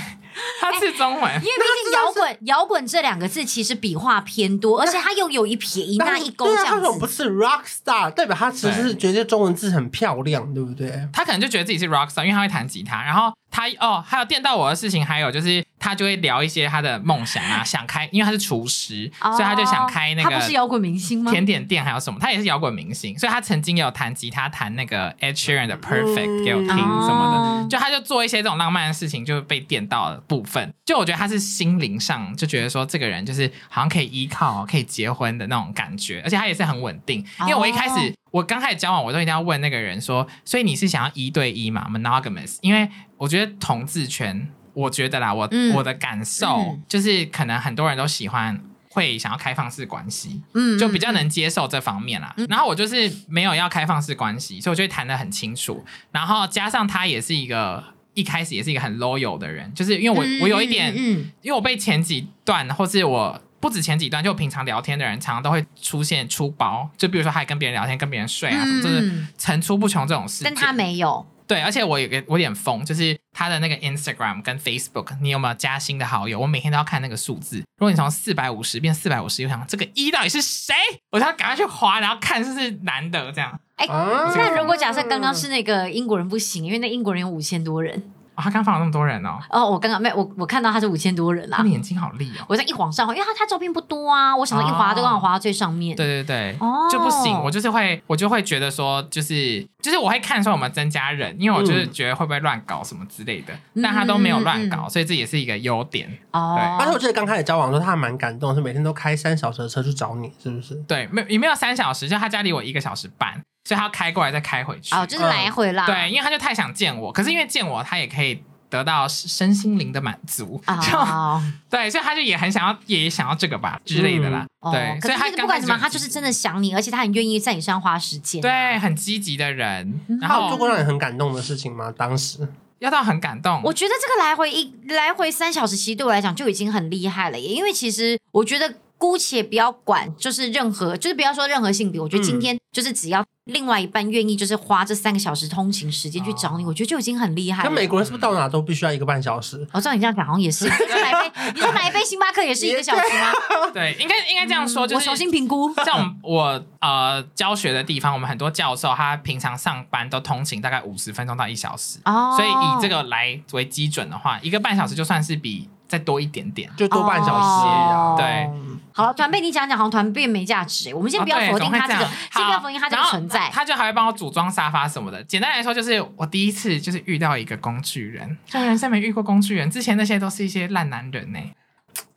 [SPEAKER 1] 他是中文。
[SPEAKER 2] 为毕竟摇滚摇滚这两个字其实笔画偏多，而且它又有一撇一
[SPEAKER 3] 那
[SPEAKER 2] 捺
[SPEAKER 3] 他
[SPEAKER 2] 一勾
[SPEAKER 3] 对
[SPEAKER 2] 这
[SPEAKER 3] 啊，他
[SPEAKER 2] 样
[SPEAKER 3] 为什么不
[SPEAKER 2] 子。
[SPEAKER 3] 是 rock star？代表他其实是觉得中文字很漂亮，对不对？
[SPEAKER 1] 他可能就觉得自己是 rock star，因为他会弹吉他。然后他哦，还有电到我的事情，还有就是他就会聊一些他的梦想啊，想开，因为他是厨师，
[SPEAKER 2] 哦
[SPEAKER 1] 所以他就想开那
[SPEAKER 2] 他不是
[SPEAKER 1] 个
[SPEAKER 2] 摇滚明星吗？
[SPEAKER 1] 甜点店，还有什么？他也是摇滚明星，所以他曾经有弹吉他，弹那个 Ed Sheeran 的 Perfect
[SPEAKER 3] 嗯
[SPEAKER 1] 给我听什么
[SPEAKER 2] 哦
[SPEAKER 1] 的。就他就做一些这种浪漫的事情，就被电到的部分。就我觉得他是心灵上就觉得说这个人就是好像可以依靠、可以结婚的那种感觉，而且他也是很稳定。因为我一开始、
[SPEAKER 2] 哦
[SPEAKER 1] 我刚开始交往，我都一定要问那个人说，所以你是想要一对一嘛，monogamous？因为我觉得同志圈，我觉得啦，我、
[SPEAKER 2] 嗯
[SPEAKER 1] 我的感受
[SPEAKER 2] 嗯
[SPEAKER 1] 就是可能很多人都喜欢。会想要开放式关系，
[SPEAKER 2] 嗯
[SPEAKER 1] 就比较能接受这方面啦。然后我就是没有要开放式关系，所以我就会谈得很清楚。然后加上他也是一个一开始也是一个很 loyal 的人，就是因为我、我有一点，
[SPEAKER 2] 嗯
[SPEAKER 1] 因为我被前几段或是我。不止前几段，就我平常聊天的人，常常都会出现出包，就比如说他还跟别人聊天、跟别人睡啊，什么，就是
[SPEAKER 2] 嗯，
[SPEAKER 1] 层出不穷这种事情。
[SPEAKER 2] 但他没有，
[SPEAKER 1] 对，而且我有个我有点疯，就是他的那个 Instagram 跟 Facebook，你有没有加新的好友？我每天都要看那个数字。如果你从四百五十变四百五十，我想这个一到底是谁？我就要赶快去划，然后看是不是男的这样。
[SPEAKER 2] 哎、
[SPEAKER 3] 啊
[SPEAKER 2] 那如果假设刚刚是那个英国人不行，因为那英国人有五千多人。
[SPEAKER 1] 哦、他刚放了那么多人哦，
[SPEAKER 2] 哦，我刚刚没有我我看到他是五千多人啦
[SPEAKER 1] 他的，眼睛好利哦。
[SPEAKER 2] 我在一晃上，因为他他照片不多啊，我想到一滑就刚好滑到最上面。
[SPEAKER 1] 对对对，
[SPEAKER 2] 哦
[SPEAKER 1] 就不行，我就是会，我就会觉得说，就是就是我会看说我们增加人，因为我
[SPEAKER 2] 嗯
[SPEAKER 1] 就是觉得会不会乱搞什么之类的，但他都没有乱搞，所以这也是一个优点。
[SPEAKER 2] 哦，
[SPEAKER 3] 而且我记得刚开始交往的时候，他还蛮感动，是每天都开三小时的车去找你，是不是？
[SPEAKER 1] 对，没有也没有三小时，就他家离我一个小时半，所以他要开过来再开回去。
[SPEAKER 2] 哦，就是来回
[SPEAKER 1] 嗯
[SPEAKER 2] 啦。
[SPEAKER 1] 对，因为他就太想见我，可是因为见我，他也可以得到身心灵的满足， 就
[SPEAKER 2] 啊，
[SPEAKER 1] 对，所以他就也很想要，也想要这个吧之类的啦。
[SPEAKER 2] 哦
[SPEAKER 1] 对，
[SPEAKER 2] 可
[SPEAKER 1] 所以
[SPEAKER 2] 是
[SPEAKER 1] 他
[SPEAKER 2] 就是
[SPEAKER 1] 刚开
[SPEAKER 2] 不管
[SPEAKER 1] 始
[SPEAKER 2] 怎么样，他就是真的想你，而且他很愿意在你身上花时间。，
[SPEAKER 1] 对啊很积极的人，
[SPEAKER 2] 嗯
[SPEAKER 1] 然
[SPEAKER 3] 他有做
[SPEAKER 1] 后
[SPEAKER 3] 过让你很感动的事情吗？当
[SPEAKER 2] 哦
[SPEAKER 3] 时
[SPEAKER 1] 要到很感动。
[SPEAKER 2] 我觉得这个来回一来回三小时，其实对我来讲就已经很厉害了耶。因为其实我觉得，姑且不要管，就是任何，就是不要说任何性别，我觉得今
[SPEAKER 1] 嗯
[SPEAKER 2] 天就是只要另外一半愿意，就是花这三个小时通勤时间去找你，我觉得就已经很厉害了。
[SPEAKER 3] 跟美国人是不是到哪都必须要一个半小时？
[SPEAKER 2] 我照你这样讲，好像也 是。你说来一杯，你说来一杯星巴克也是一个小时吗？
[SPEAKER 1] 对，应该应该这样说，就
[SPEAKER 2] 嗯我
[SPEAKER 1] 是
[SPEAKER 2] 重新评估。
[SPEAKER 1] 像我呃教学的地方，我们很多教授他平常上班都通勤大概五十分钟到一小时，
[SPEAKER 2] 哦
[SPEAKER 1] 所以以这个来为基准的话，一个半小时就算是比再多一点点。
[SPEAKER 3] 就多半小时
[SPEAKER 2] 哦
[SPEAKER 3] 啊。
[SPEAKER 1] 对，
[SPEAKER 2] 好了，团被你讲讲，好像团变没价值。我们先不要
[SPEAKER 1] 啊对
[SPEAKER 2] 否定它这
[SPEAKER 1] 怎么
[SPEAKER 2] 个
[SPEAKER 1] 会样，
[SPEAKER 2] 先不要
[SPEAKER 1] 好
[SPEAKER 2] 否定它这个
[SPEAKER 1] 然后
[SPEAKER 2] 存在。
[SPEAKER 1] 他就还会帮我组装沙发什么的。简单来说，就是我第一次就是遇到一个工具人，就人生没遇过工具人，之前那些都是一些烂男人呢、欸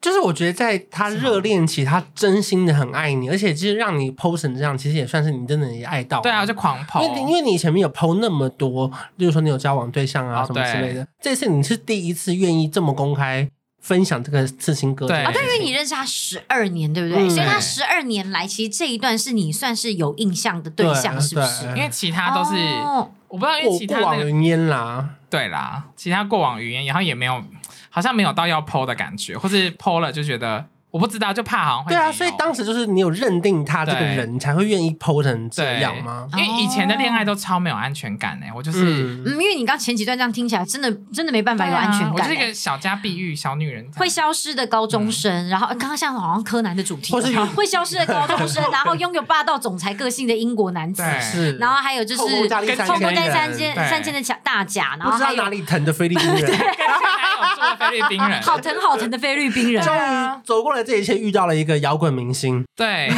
[SPEAKER 3] 就是我觉得在他
[SPEAKER 2] 哦
[SPEAKER 3] 热恋期，他真心的很爱你，而且就是让你 PO 成这样，其实也算是你真的也爱到。
[SPEAKER 1] 对啊，我就狂跑。
[SPEAKER 3] 因为因为你前面有 PO 那么多，例如说你有交往对象啊
[SPEAKER 1] 哦
[SPEAKER 3] 什么之类
[SPEAKER 1] 对
[SPEAKER 3] 的，这次你是第一次愿意这么公开分享这个刺青歌
[SPEAKER 1] 对
[SPEAKER 3] 的
[SPEAKER 1] 哦对
[SPEAKER 2] 因为你认识他十二年，对不对？
[SPEAKER 3] 嗯
[SPEAKER 2] 所以他
[SPEAKER 1] 对
[SPEAKER 2] 十二年来，其实这一段是你算是有印象的对象，
[SPEAKER 3] 对
[SPEAKER 2] 是不是？
[SPEAKER 1] 因为其他都是、
[SPEAKER 2] 哦
[SPEAKER 1] 我不知道，因为
[SPEAKER 3] 过
[SPEAKER 1] 其他
[SPEAKER 3] 过
[SPEAKER 1] 那
[SPEAKER 3] 往
[SPEAKER 1] 个
[SPEAKER 3] 云烟啦，
[SPEAKER 1] 对啦，其他过往语言，然后也没有，好像没有到要剖的感觉，或是剖了就觉得我不知道，就怕好像会
[SPEAKER 3] 对
[SPEAKER 1] 没
[SPEAKER 3] 啊，
[SPEAKER 1] 有
[SPEAKER 3] 所以当时就是你有认定他这个
[SPEAKER 1] 对
[SPEAKER 3] 人，你才会愿意 PO 成这
[SPEAKER 1] 对
[SPEAKER 3] 样吗？
[SPEAKER 1] 因为以前的
[SPEAKER 2] 哦
[SPEAKER 1] 恋爱都超没有安全感呢、欸我就是、
[SPEAKER 3] 嗯
[SPEAKER 2] 嗯，，因为你刚前几段这样听起来，真的真的没办
[SPEAKER 1] 对
[SPEAKER 2] 法
[SPEAKER 1] 啊
[SPEAKER 2] 有安全
[SPEAKER 1] 我
[SPEAKER 2] 感
[SPEAKER 1] 是一
[SPEAKER 2] 欸。
[SPEAKER 1] 个小家碧玉小女人，
[SPEAKER 2] 会消失的高中生，然后呃刚刚像好像柯南的主题
[SPEAKER 3] 嗯或是有，
[SPEAKER 2] 会消失的高中 生，然后拥有霸道总裁个性的英国男子，
[SPEAKER 1] 对
[SPEAKER 3] 是，
[SPEAKER 2] 然后还有就是
[SPEAKER 3] 透过家里三
[SPEAKER 2] 透过
[SPEAKER 3] 千
[SPEAKER 2] 戴
[SPEAKER 3] 人
[SPEAKER 2] 三千
[SPEAKER 1] 对
[SPEAKER 2] 三千的假大假，然
[SPEAKER 3] 不
[SPEAKER 2] 后
[SPEAKER 3] 知道
[SPEAKER 2] 还有
[SPEAKER 3] 哪里疼的菲律宾 人，
[SPEAKER 1] 跟前男友做菲律宾人，
[SPEAKER 2] 好疼好疼的菲律 宾人，
[SPEAKER 3] 终于走过了这一切，遇到了一个摇滚明星，
[SPEAKER 1] 对，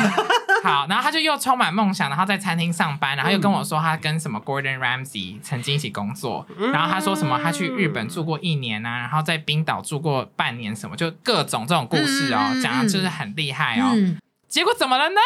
[SPEAKER 1] 好，然后他就又充满梦想，然后在餐厅上班，然后又跟我说他跟什么 Gordon Ramsay 曾经一起工作，
[SPEAKER 2] 嗯
[SPEAKER 1] 然后他说什么他去日本住过一年啊，然后在冰岛住过半年什么，就各种这种故事哦
[SPEAKER 2] 嗯嗯，嗯
[SPEAKER 1] 讲的就是很厉害哦。
[SPEAKER 2] 嗯，
[SPEAKER 1] 结果怎么了呢？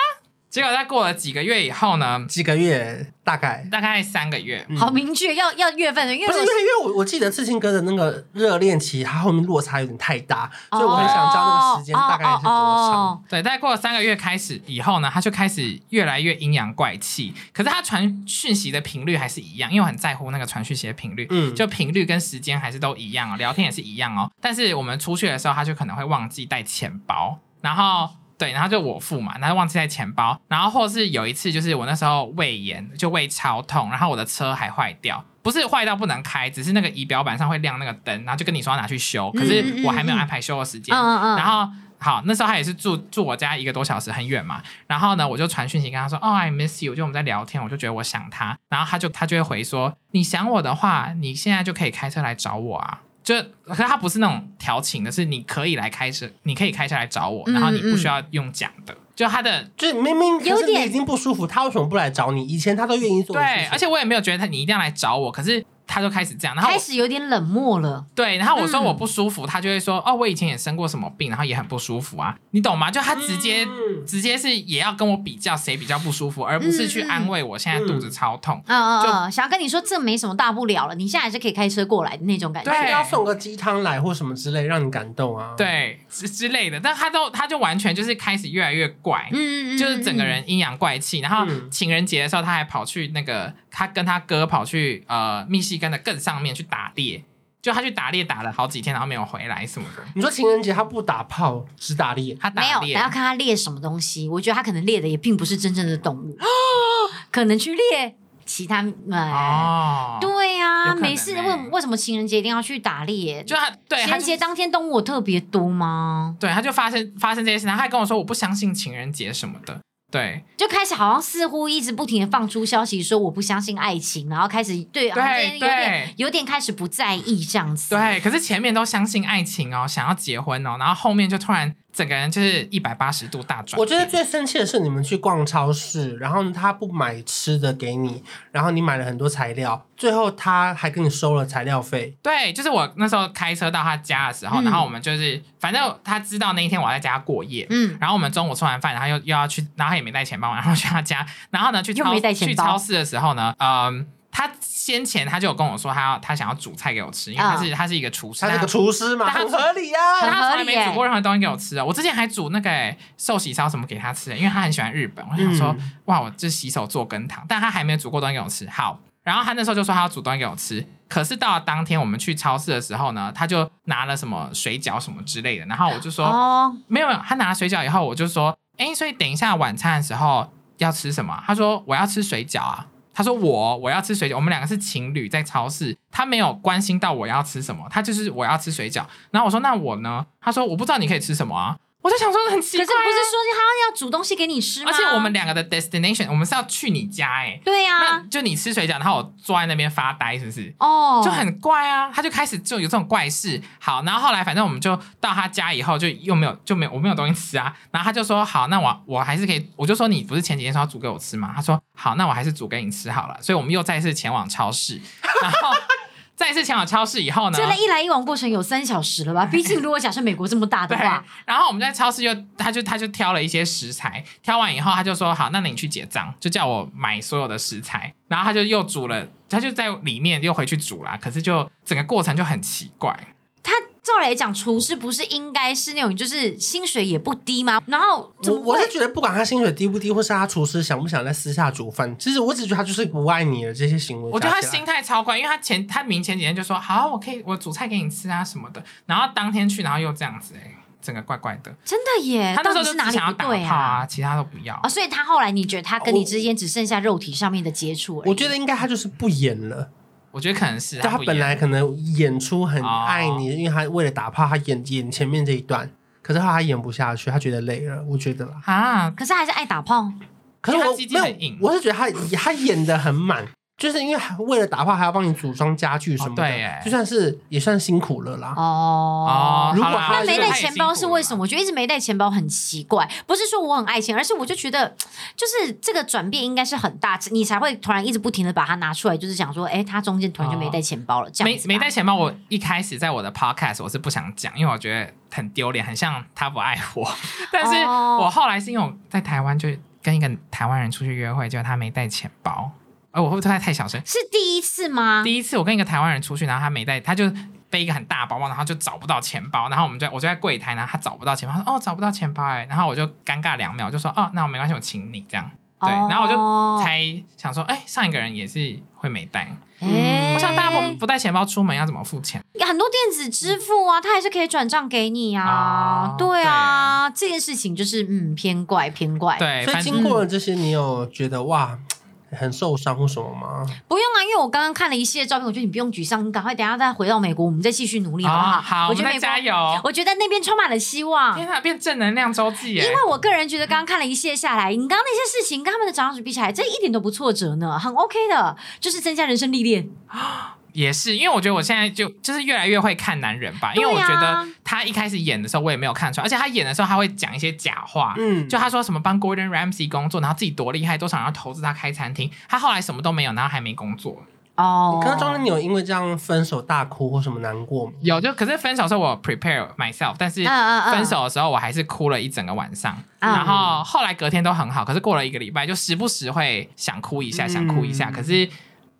[SPEAKER 1] 结果在过了几个月以后呢，
[SPEAKER 3] 几个月大概。嗯
[SPEAKER 1] 大概三个月，
[SPEAKER 2] 好明确，要要月份的，因为
[SPEAKER 3] 不是因
[SPEAKER 2] 我
[SPEAKER 3] 为，因为我我记得刺青哥的那个热恋期，他后面落差有点太大，所以我很想知道那个时间大概是多长。
[SPEAKER 2] 哦
[SPEAKER 1] 对，大概过了三个月开始以后呢，他就开始越来越阴阳怪气。可是他传讯息的频率还是一样，因为我很在乎那个传讯息的频率，
[SPEAKER 3] 嗯
[SPEAKER 1] 就频率跟时间还是都一样哦，聊天也是一样哦。但是我们出去的时候，他就可能会忘记带钱包，然后。对，然后就我付嘛，然后忘记带钱包，然后或是有一次就是我那时候胃炎，就胃超痛，然后我的车还坏掉，不是坏到不能开，只是那个仪表板上会亮那个灯，然后就跟你说要拿去修，可是我还没有安排修的时间，
[SPEAKER 2] 嗯嗯嗯，
[SPEAKER 1] 然后好，那时候他也是住住我家一个多小时，很远嘛。然后呢，我就传讯息跟他说，哦，I miss you，就我们在聊天，我就觉得我想他，然后他就他就会回说，你想我的话，你现在就可以开车来找我啊。就可是他不是那种调情的，是你可以来开车，你可以开车来找
[SPEAKER 2] 嗯
[SPEAKER 1] 我，然后你不需要用讲的。就他的
[SPEAKER 3] 就是明明可
[SPEAKER 2] 有
[SPEAKER 3] 是你
[SPEAKER 2] 点
[SPEAKER 3] 已经不舒服，他为什么不来找你？以前他都愿意做的事
[SPEAKER 1] 对
[SPEAKER 3] 情，
[SPEAKER 1] 而且我也没有觉得他你一定要来找我，可是他就开始这样，然后我
[SPEAKER 2] 开始有点冷漠了，
[SPEAKER 1] 对，然后我说
[SPEAKER 2] 嗯
[SPEAKER 1] 我不舒服，他就会说哦，我以前也生过什么病，然后也很不舒服啊，你懂吗？就他直接、
[SPEAKER 3] 嗯
[SPEAKER 1] 直接是也要跟我比较谁比较不舒服，而不是去安慰我现在肚子超痛。
[SPEAKER 2] 嗯嗯
[SPEAKER 1] 就
[SPEAKER 2] 嗯，想要跟你说这没什么大不了了，你现在还是可以开车过来的那种感觉。
[SPEAKER 1] 对
[SPEAKER 3] 要送个鸡汤来或什么之类，让你感动
[SPEAKER 2] 嗯
[SPEAKER 3] 啊。，
[SPEAKER 1] 对之之类的，但他都他就完全就是开始越来越怪，
[SPEAKER 2] 嗯嗯嗯，
[SPEAKER 1] 就是整个人阴阳怪气。然后
[SPEAKER 3] 嗯
[SPEAKER 1] 情人节的时候，他还跑去那个他跟他哥跑去呃密西根的更上面去打猎，就他去打猎打了好几天，然后没有回来什么的。
[SPEAKER 3] 你说情人节他不打炮，只打猎，
[SPEAKER 1] 他
[SPEAKER 2] 嗯没有
[SPEAKER 1] 打，猎
[SPEAKER 2] 然后看他猎什么东西。我觉得他可能猎的也并不是真正的 动物，可能去猎其他。哎，
[SPEAKER 1] 哦，
[SPEAKER 2] 对呀、
[SPEAKER 1] 有可能
[SPEAKER 2] 没事。
[SPEAKER 1] 欸
[SPEAKER 2] 为为什么情人节一定要去打猎？
[SPEAKER 1] 就他对
[SPEAKER 2] 情
[SPEAKER 1] 他
[SPEAKER 2] 人
[SPEAKER 1] 就
[SPEAKER 2] 节当天动物有特别多吗？
[SPEAKER 1] 对，他就发生发生这些事，然后他还跟我说我不相信情人节什么的。对，
[SPEAKER 2] 就开始好像似乎一直不停的放出消息说我不相信爱情，然后开始对，好像有点
[SPEAKER 1] 对
[SPEAKER 2] 有点开始不在意这样子。
[SPEAKER 1] 对，可是前面都相信爱情哦，想要结婚哦，然后后面就突然整个人就是一百八十度大转变。
[SPEAKER 3] 我觉得最生气的是你们去逛超市，然后他不买吃的给你，然后你买了很多材料，最后他还跟你收了材料费。
[SPEAKER 1] 对，就是我那时候开车到他家的时候，
[SPEAKER 2] 嗯
[SPEAKER 1] 然后我们就是反正他知道那一天我在家过夜。
[SPEAKER 2] 嗯，
[SPEAKER 1] 然后我们中午吃完饭，然后又又要去，然后他也没带钱包嘛，然后去他家，然后呢去
[SPEAKER 2] 又
[SPEAKER 1] 超
[SPEAKER 2] 没带钱
[SPEAKER 1] 去
[SPEAKER 2] 包
[SPEAKER 1] 超市的时候呢，嗯，他先前他就有跟我说他要他想要煮菜给我吃，因为他是、
[SPEAKER 2] 啊
[SPEAKER 1] 他是一个厨师，
[SPEAKER 3] 他是
[SPEAKER 1] 但
[SPEAKER 3] 个厨师嘛，
[SPEAKER 1] 但他
[SPEAKER 3] 很合理呀、
[SPEAKER 1] 但
[SPEAKER 2] 很
[SPEAKER 3] 啊。
[SPEAKER 1] 他
[SPEAKER 2] 合
[SPEAKER 1] 从来
[SPEAKER 2] 理
[SPEAKER 1] 没
[SPEAKER 2] 耶
[SPEAKER 1] 煮过任何东西给我吃啊的。我之前还煮那个欸寿喜烧什么给他吃的，因为他很喜欢日本。我想说，
[SPEAKER 3] 嗯
[SPEAKER 1] 哇，我这洗手做羹汤，但他还没有煮过东西给我吃。好，然后他那时候就说他要煮东西给我吃。可是到了当天我们去超市的时候呢，他就拿了什么水饺什么之类的，然后我就说、
[SPEAKER 2] 哦，
[SPEAKER 1] 没有没有，他拿了水饺以后，我就说，哎、所以等一下晚餐的时候要吃什么？他说我要吃水饺啊。他说我我要吃水饺，我们两个是情侣在超市，他没有关心到我要吃什么，他就是我要吃水饺。然后我说那我呢？他说我不知道你可以吃什么啊。我就想说很奇
[SPEAKER 2] 可是
[SPEAKER 1] 怪、啊
[SPEAKER 2] 不是说他要煮东西给你吃吗？
[SPEAKER 1] 而且我们两个的 destination 我们是要去你家哎、
[SPEAKER 2] 对啊呀、
[SPEAKER 1] 那就你吃水饺，然后我坐在那边发呆，是不是？
[SPEAKER 2] 哦，
[SPEAKER 1] 就很怪啊，他就开始就有这种怪事。好，然后后来反正我们就到他家以后，就又没有就没有我没有东西吃啊。然后他就说好，那我我还是可以，我就说你不是前几天说要煮给我吃吗？他说好，那我还是煮给你吃好了。所以我们又再次前往超市，然后 再次前往超市以后呢，
[SPEAKER 2] 这个一来一往过程有三小时了吧？毕竟如果假设美国这么大的
[SPEAKER 1] 对
[SPEAKER 2] 话，，
[SPEAKER 1] 然后我们在超市就，他就他就挑了一些食材，挑完以后他就说好，那你去结账，就叫我买所有的食材，然后他就又煮了，他就在里面又回去煮啦，可是就整个过程就很奇怪，
[SPEAKER 2] 他照理来讲，厨师不是应该是那种就是薪水也不低吗？然后怎
[SPEAKER 3] 我
[SPEAKER 2] 么
[SPEAKER 3] 我
[SPEAKER 2] 会
[SPEAKER 3] 是觉得不管他薪水低不低，或是他厨师想不想在私下煮饭，其实我只觉得他就是不爱你的这些行为加
[SPEAKER 1] 我
[SPEAKER 3] 起
[SPEAKER 1] 觉得
[SPEAKER 3] 来。
[SPEAKER 1] 他心态超怪，因为他前他明前几天就说好，我可以我煮菜给你吃啊什么的，然后当天去，然后又这样子、欸，整个怪怪的，
[SPEAKER 2] 真的耶？
[SPEAKER 1] 他那
[SPEAKER 2] 哎
[SPEAKER 1] 时
[SPEAKER 2] 到底
[SPEAKER 1] 候就是只
[SPEAKER 2] 哪里
[SPEAKER 1] 想要
[SPEAKER 2] 不
[SPEAKER 1] 打
[SPEAKER 2] 对
[SPEAKER 1] 炮
[SPEAKER 2] 啊？
[SPEAKER 1] 啊，其哦他都不要
[SPEAKER 2] 哦，。所以他后来你觉得他跟你之间只剩下肉体上面的接触而已？
[SPEAKER 3] 我觉得应该他就是不演了，
[SPEAKER 1] 我觉得可能是
[SPEAKER 3] 但他
[SPEAKER 1] 不
[SPEAKER 3] 本
[SPEAKER 1] 演哦
[SPEAKER 3] 来可能演出很爱你，因为他为了打炮，他演演前面这一段，可是后来他演不下去，他觉得累了，我觉得啦。
[SPEAKER 1] 啊，
[SPEAKER 2] 可是还是爱打炮，
[SPEAKER 3] 可是
[SPEAKER 1] 因为
[SPEAKER 3] 我
[SPEAKER 1] 他鸡鸡
[SPEAKER 3] 没
[SPEAKER 1] 很
[SPEAKER 3] 有
[SPEAKER 1] 硬，
[SPEAKER 3] 我是觉得他他演的很满，就是因为为了打炮还要帮你组装家具什么的，
[SPEAKER 1] 哦对耶
[SPEAKER 3] 就算是也算辛苦了啦。
[SPEAKER 2] 哦。
[SPEAKER 1] 哦
[SPEAKER 3] 如
[SPEAKER 1] 好
[SPEAKER 3] 果
[SPEAKER 1] 啦
[SPEAKER 3] 他
[SPEAKER 2] 那
[SPEAKER 1] 就是
[SPEAKER 2] 没带
[SPEAKER 1] 也
[SPEAKER 2] 钱
[SPEAKER 1] 辛
[SPEAKER 2] 包
[SPEAKER 1] 苦
[SPEAKER 2] 是
[SPEAKER 1] 了
[SPEAKER 2] 为
[SPEAKER 1] 嘛
[SPEAKER 2] 什么？我觉得一直没带钱包很奇怪，不是说我很爱钱，而是我就觉得，就是这个转变应该是很大，你才会突然一直不停的把它拿出来，就是想说，哎，他中间突然就没带钱包了，这
[SPEAKER 1] 哦
[SPEAKER 2] 样
[SPEAKER 1] 没
[SPEAKER 2] 子吧啊
[SPEAKER 1] 没带钱包，我一开始在我的 podcast 我是不想讲，因为我觉得很丢脸，很像他不爱我。但是
[SPEAKER 2] 哦
[SPEAKER 1] 我后来是因为我在台湾就跟一个台湾人出去约会，结果他没带钱包，哎，我会不会太太小声？
[SPEAKER 2] 是第一次吗？
[SPEAKER 1] 第一次我跟一个台湾人出去，然后他没带，他就背一个很大的包包，然后就找不到钱包，然后我们就我就在柜台，然后他找不到钱包，他说哦找不到钱包哎、然后我就尴尬两秒，我就说哦那我没关系，我请你这样，对，
[SPEAKER 2] 哦
[SPEAKER 1] 然后我就才想说哎、上一个人也是会没带，
[SPEAKER 2] 哎
[SPEAKER 1] 嗯我想大家不不带钱包出门要怎么付钱？
[SPEAKER 2] 很多电子支付啊，它还是可以转账给你啊。
[SPEAKER 1] 哦
[SPEAKER 2] 对啊，这件事情就是嗯偏怪偏怪。
[SPEAKER 1] 对，
[SPEAKER 3] 所以
[SPEAKER 1] 反
[SPEAKER 3] 经
[SPEAKER 1] 正
[SPEAKER 3] 过了这些，你有觉得哇很受伤或什么吗？
[SPEAKER 2] 不用啊，因为我刚刚看了一系列照片，我觉得你不用沮丧，你赶快等一下再回到美国，我们再继续努力好不好？
[SPEAKER 1] 啊好，我
[SPEAKER 2] 我
[SPEAKER 1] 们
[SPEAKER 2] 觉得
[SPEAKER 1] 再
[SPEAKER 2] 美国
[SPEAKER 1] 加油！
[SPEAKER 2] 我觉得那边充满了希望。
[SPEAKER 1] 天哪，啊变正能量周记耶！
[SPEAKER 2] 因为我个人觉得，刚刚看了一系列下来，你刚刚那些事情跟他们的长相比起来，这一点都不挫折呢，很 OK 的，就是增加人生历练。
[SPEAKER 1] 也是，因为我觉得我现在就就是越来越会看男人吧，因为我
[SPEAKER 2] 对
[SPEAKER 1] 觉
[SPEAKER 2] 啊
[SPEAKER 1] 得他一开始演的时候我也没有看出来，而且他演的时候他会讲一些假话，
[SPEAKER 3] 嗯，
[SPEAKER 1] 就他说什么帮 Gordon Ramsay 工作，然后自己多厉害，多少人要投资他开餐厅，他后来什么都没有，然后还没工作，
[SPEAKER 2] 哦，
[SPEAKER 3] 可是中间你有因为这样分手大哭或什么难过吗？
[SPEAKER 1] 有就可是分手的时候我 prepare myself，但是
[SPEAKER 2] 嗯嗯嗯
[SPEAKER 1] 分手的时候我还是哭了一整个晚上，
[SPEAKER 2] 嗯
[SPEAKER 1] 然后后来隔天都很好，可是过了一个礼拜就时不时会想哭一下，
[SPEAKER 3] 嗯
[SPEAKER 1] 想哭一下，可是。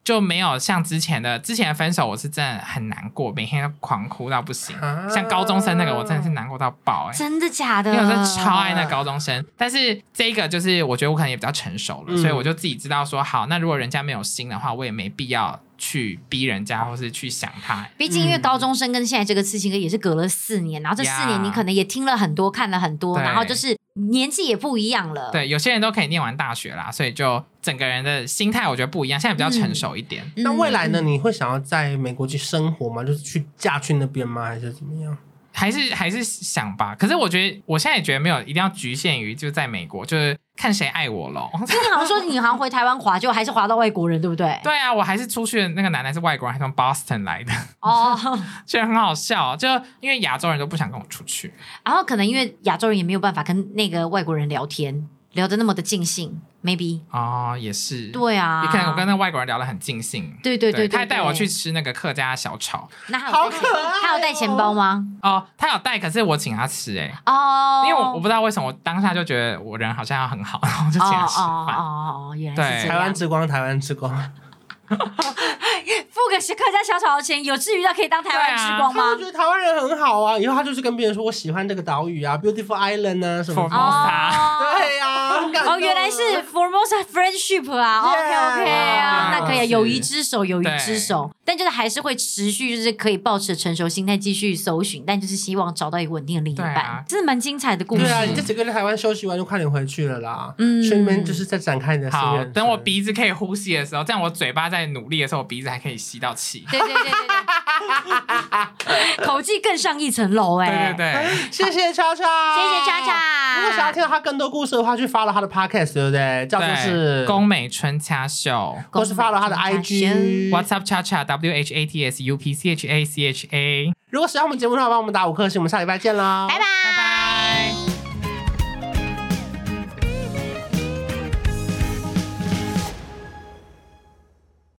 [SPEAKER 1] 就没有像之前的之前的分手，我是真的很难过，每天都狂哭到不行。
[SPEAKER 3] 啊
[SPEAKER 1] 像高中生那个，我真的是难过到爆哎、欸
[SPEAKER 2] 真的假的？
[SPEAKER 1] 因为我真的超爱那高中生，但是这个就是我觉得我可能也比较成熟了，
[SPEAKER 3] 嗯
[SPEAKER 1] 所以我就自己知道说，好，那如果人家没有心的话，我也没必要去逼人家，或是去想他。
[SPEAKER 2] 毕竟，因为高中生跟现在这个刺青哥也是隔了四年，然后这四年你可能也听了很多，看了很多，
[SPEAKER 1] 对
[SPEAKER 2] 然后就是年纪也不一样了。，嗯
[SPEAKER 1] 对，有些人都可以念完大学啦，所以就整个人的心态我觉得不一样，现在比较成熟一
[SPEAKER 2] 嗯
[SPEAKER 1] 点。
[SPEAKER 3] 那未来呢？？你会想要在美国去生活吗？就是去嫁去那边吗？还是怎么样？
[SPEAKER 1] 还是还是想吧，可是我觉得我现在也觉得没有一定要局限于就在美国，就是看谁爱我喽。
[SPEAKER 2] 因为你好像说你好像回台湾滑，就还是滑到外国人，对不 对？
[SPEAKER 1] 对啊，我还是出去的那个男的是外国人，还从 Boston 来的，
[SPEAKER 2] 哦，
[SPEAKER 1] 觉得很好笑。啊就因为亚洲人都不想跟我出去，
[SPEAKER 2] 然后可能因为亚洲人也没有办法跟那个外国人聊天，聊得那么的尽兴，maybe。
[SPEAKER 1] 哦，也是。
[SPEAKER 2] 对啊，
[SPEAKER 1] 也可能我跟那外国人聊得很尽兴。
[SPEAKER 2] 对对对，
[SPEAKER 1] 他还带我去
[SPEAKER 2] 对，
[SPEAKER 1] 吃那个客家小炒
[SPEAKER 2] 那还有
[SPEAKER 3] 好
[SPEAKER 2] 带
[SPEAKER 3] 可爱哦
[SPEAKER 2] 他有带钱包吗？
[SPEAKER 1] 哦，他有带，可是我请他吃哎、
[SPEAKER 2] 哦，
[SPEAKER 1] 因为我我不知道为什么我当下就觉得我人好像要很好，然后就请他吃
[SPEAKER 2] 哦
[SPEAKER 1] 饭。
[SPEAKER 2] 哦哦哦，原来是
[SPEAKER 1] 对
[SPEAKER 2] 这
[SPEAKER 3] 台湾
[SPEAKER 2] 样。
[SPEAKER 3] 之光，台湾之光。
[SPEAKER 2] 付个客家小炒的钱，有至于到可以当台湾
[SPEAKER 1] 啊
[SPEAKER 2] 之光
[SPEAKER 3] 他
[SPEAKER 2] 吗
[SPEAKER 3] 就？觉得台湾人很好啊，以后他就是跟别人说我喜欢这个岛屿啊，beautiful island 啊什么的。
[SPEAKER 1] For-
[SPEAKER 2] 哦
[SPEAKER 3] 对呀、很感动啊
[SPEAKER 2] 哦，原来是 Formosa friendship 啊
[SPEAKER 3] Yeah
[SPEAKER 2] ，OK OK
[SPEAKER 1] 哦
[SPEAKER 2] 啊，那可以啊，
[SPEAKER 1] 是
[SPEAKER 2] 友谊之手，友谊
[SPEAKER 1] 对
[SPEAKER 2] 之手，但就是还是会持续，就是可以保持成熟心态继续搜寻，但就是希望找到一个稳定的另一
[SPEAKER 1] 对啊
[SPEAKER 2] 半，真的蛮精彩的故事
[SPEAKER 3] 对。啊，你这几个月在台湾休息完就快点回去了啦。
[SPEAKER 2] 嗯
[SPEAKER 3] 所以你们就是在展开你的新人
[SPEAKER 1] 好，
[SPEAKER 3] 生
[SPEAKER 1] 等我鼻子可以呼吸的时候，这样我嘴巴在努力的时候，我鼻子还可以吸到 气。
[SPEAKER 2] 对对对 对对，口技更上一层楼哎
[SPEAKER 1] 对对，对，
[SPEAKER 3] 谢谢超
[SPEAKER 2] 谢
[SPEAKER 3] 超，谢
[SPEAKER 2] 谢渣。渣。
[SPEAKER 3] 如果想要听到他更多故事的话，去发了他的 podcast，对不对？叫做是
[SPEAKER 1] 对，，宫美春掐秀
[SPEAKER 3] 或是发了他的
[SPEAKER 2] 嗯
[SPEAKER 3] IG。
[SPEAKER 1] ，What's up cha cha W H A T S U P C H A C H A，
[SPEAKER 3] 如果喜欢我们节目的话，帮我们打五颗星，我们下礼拜见啦，
[SPEAKER 2] 拜拜。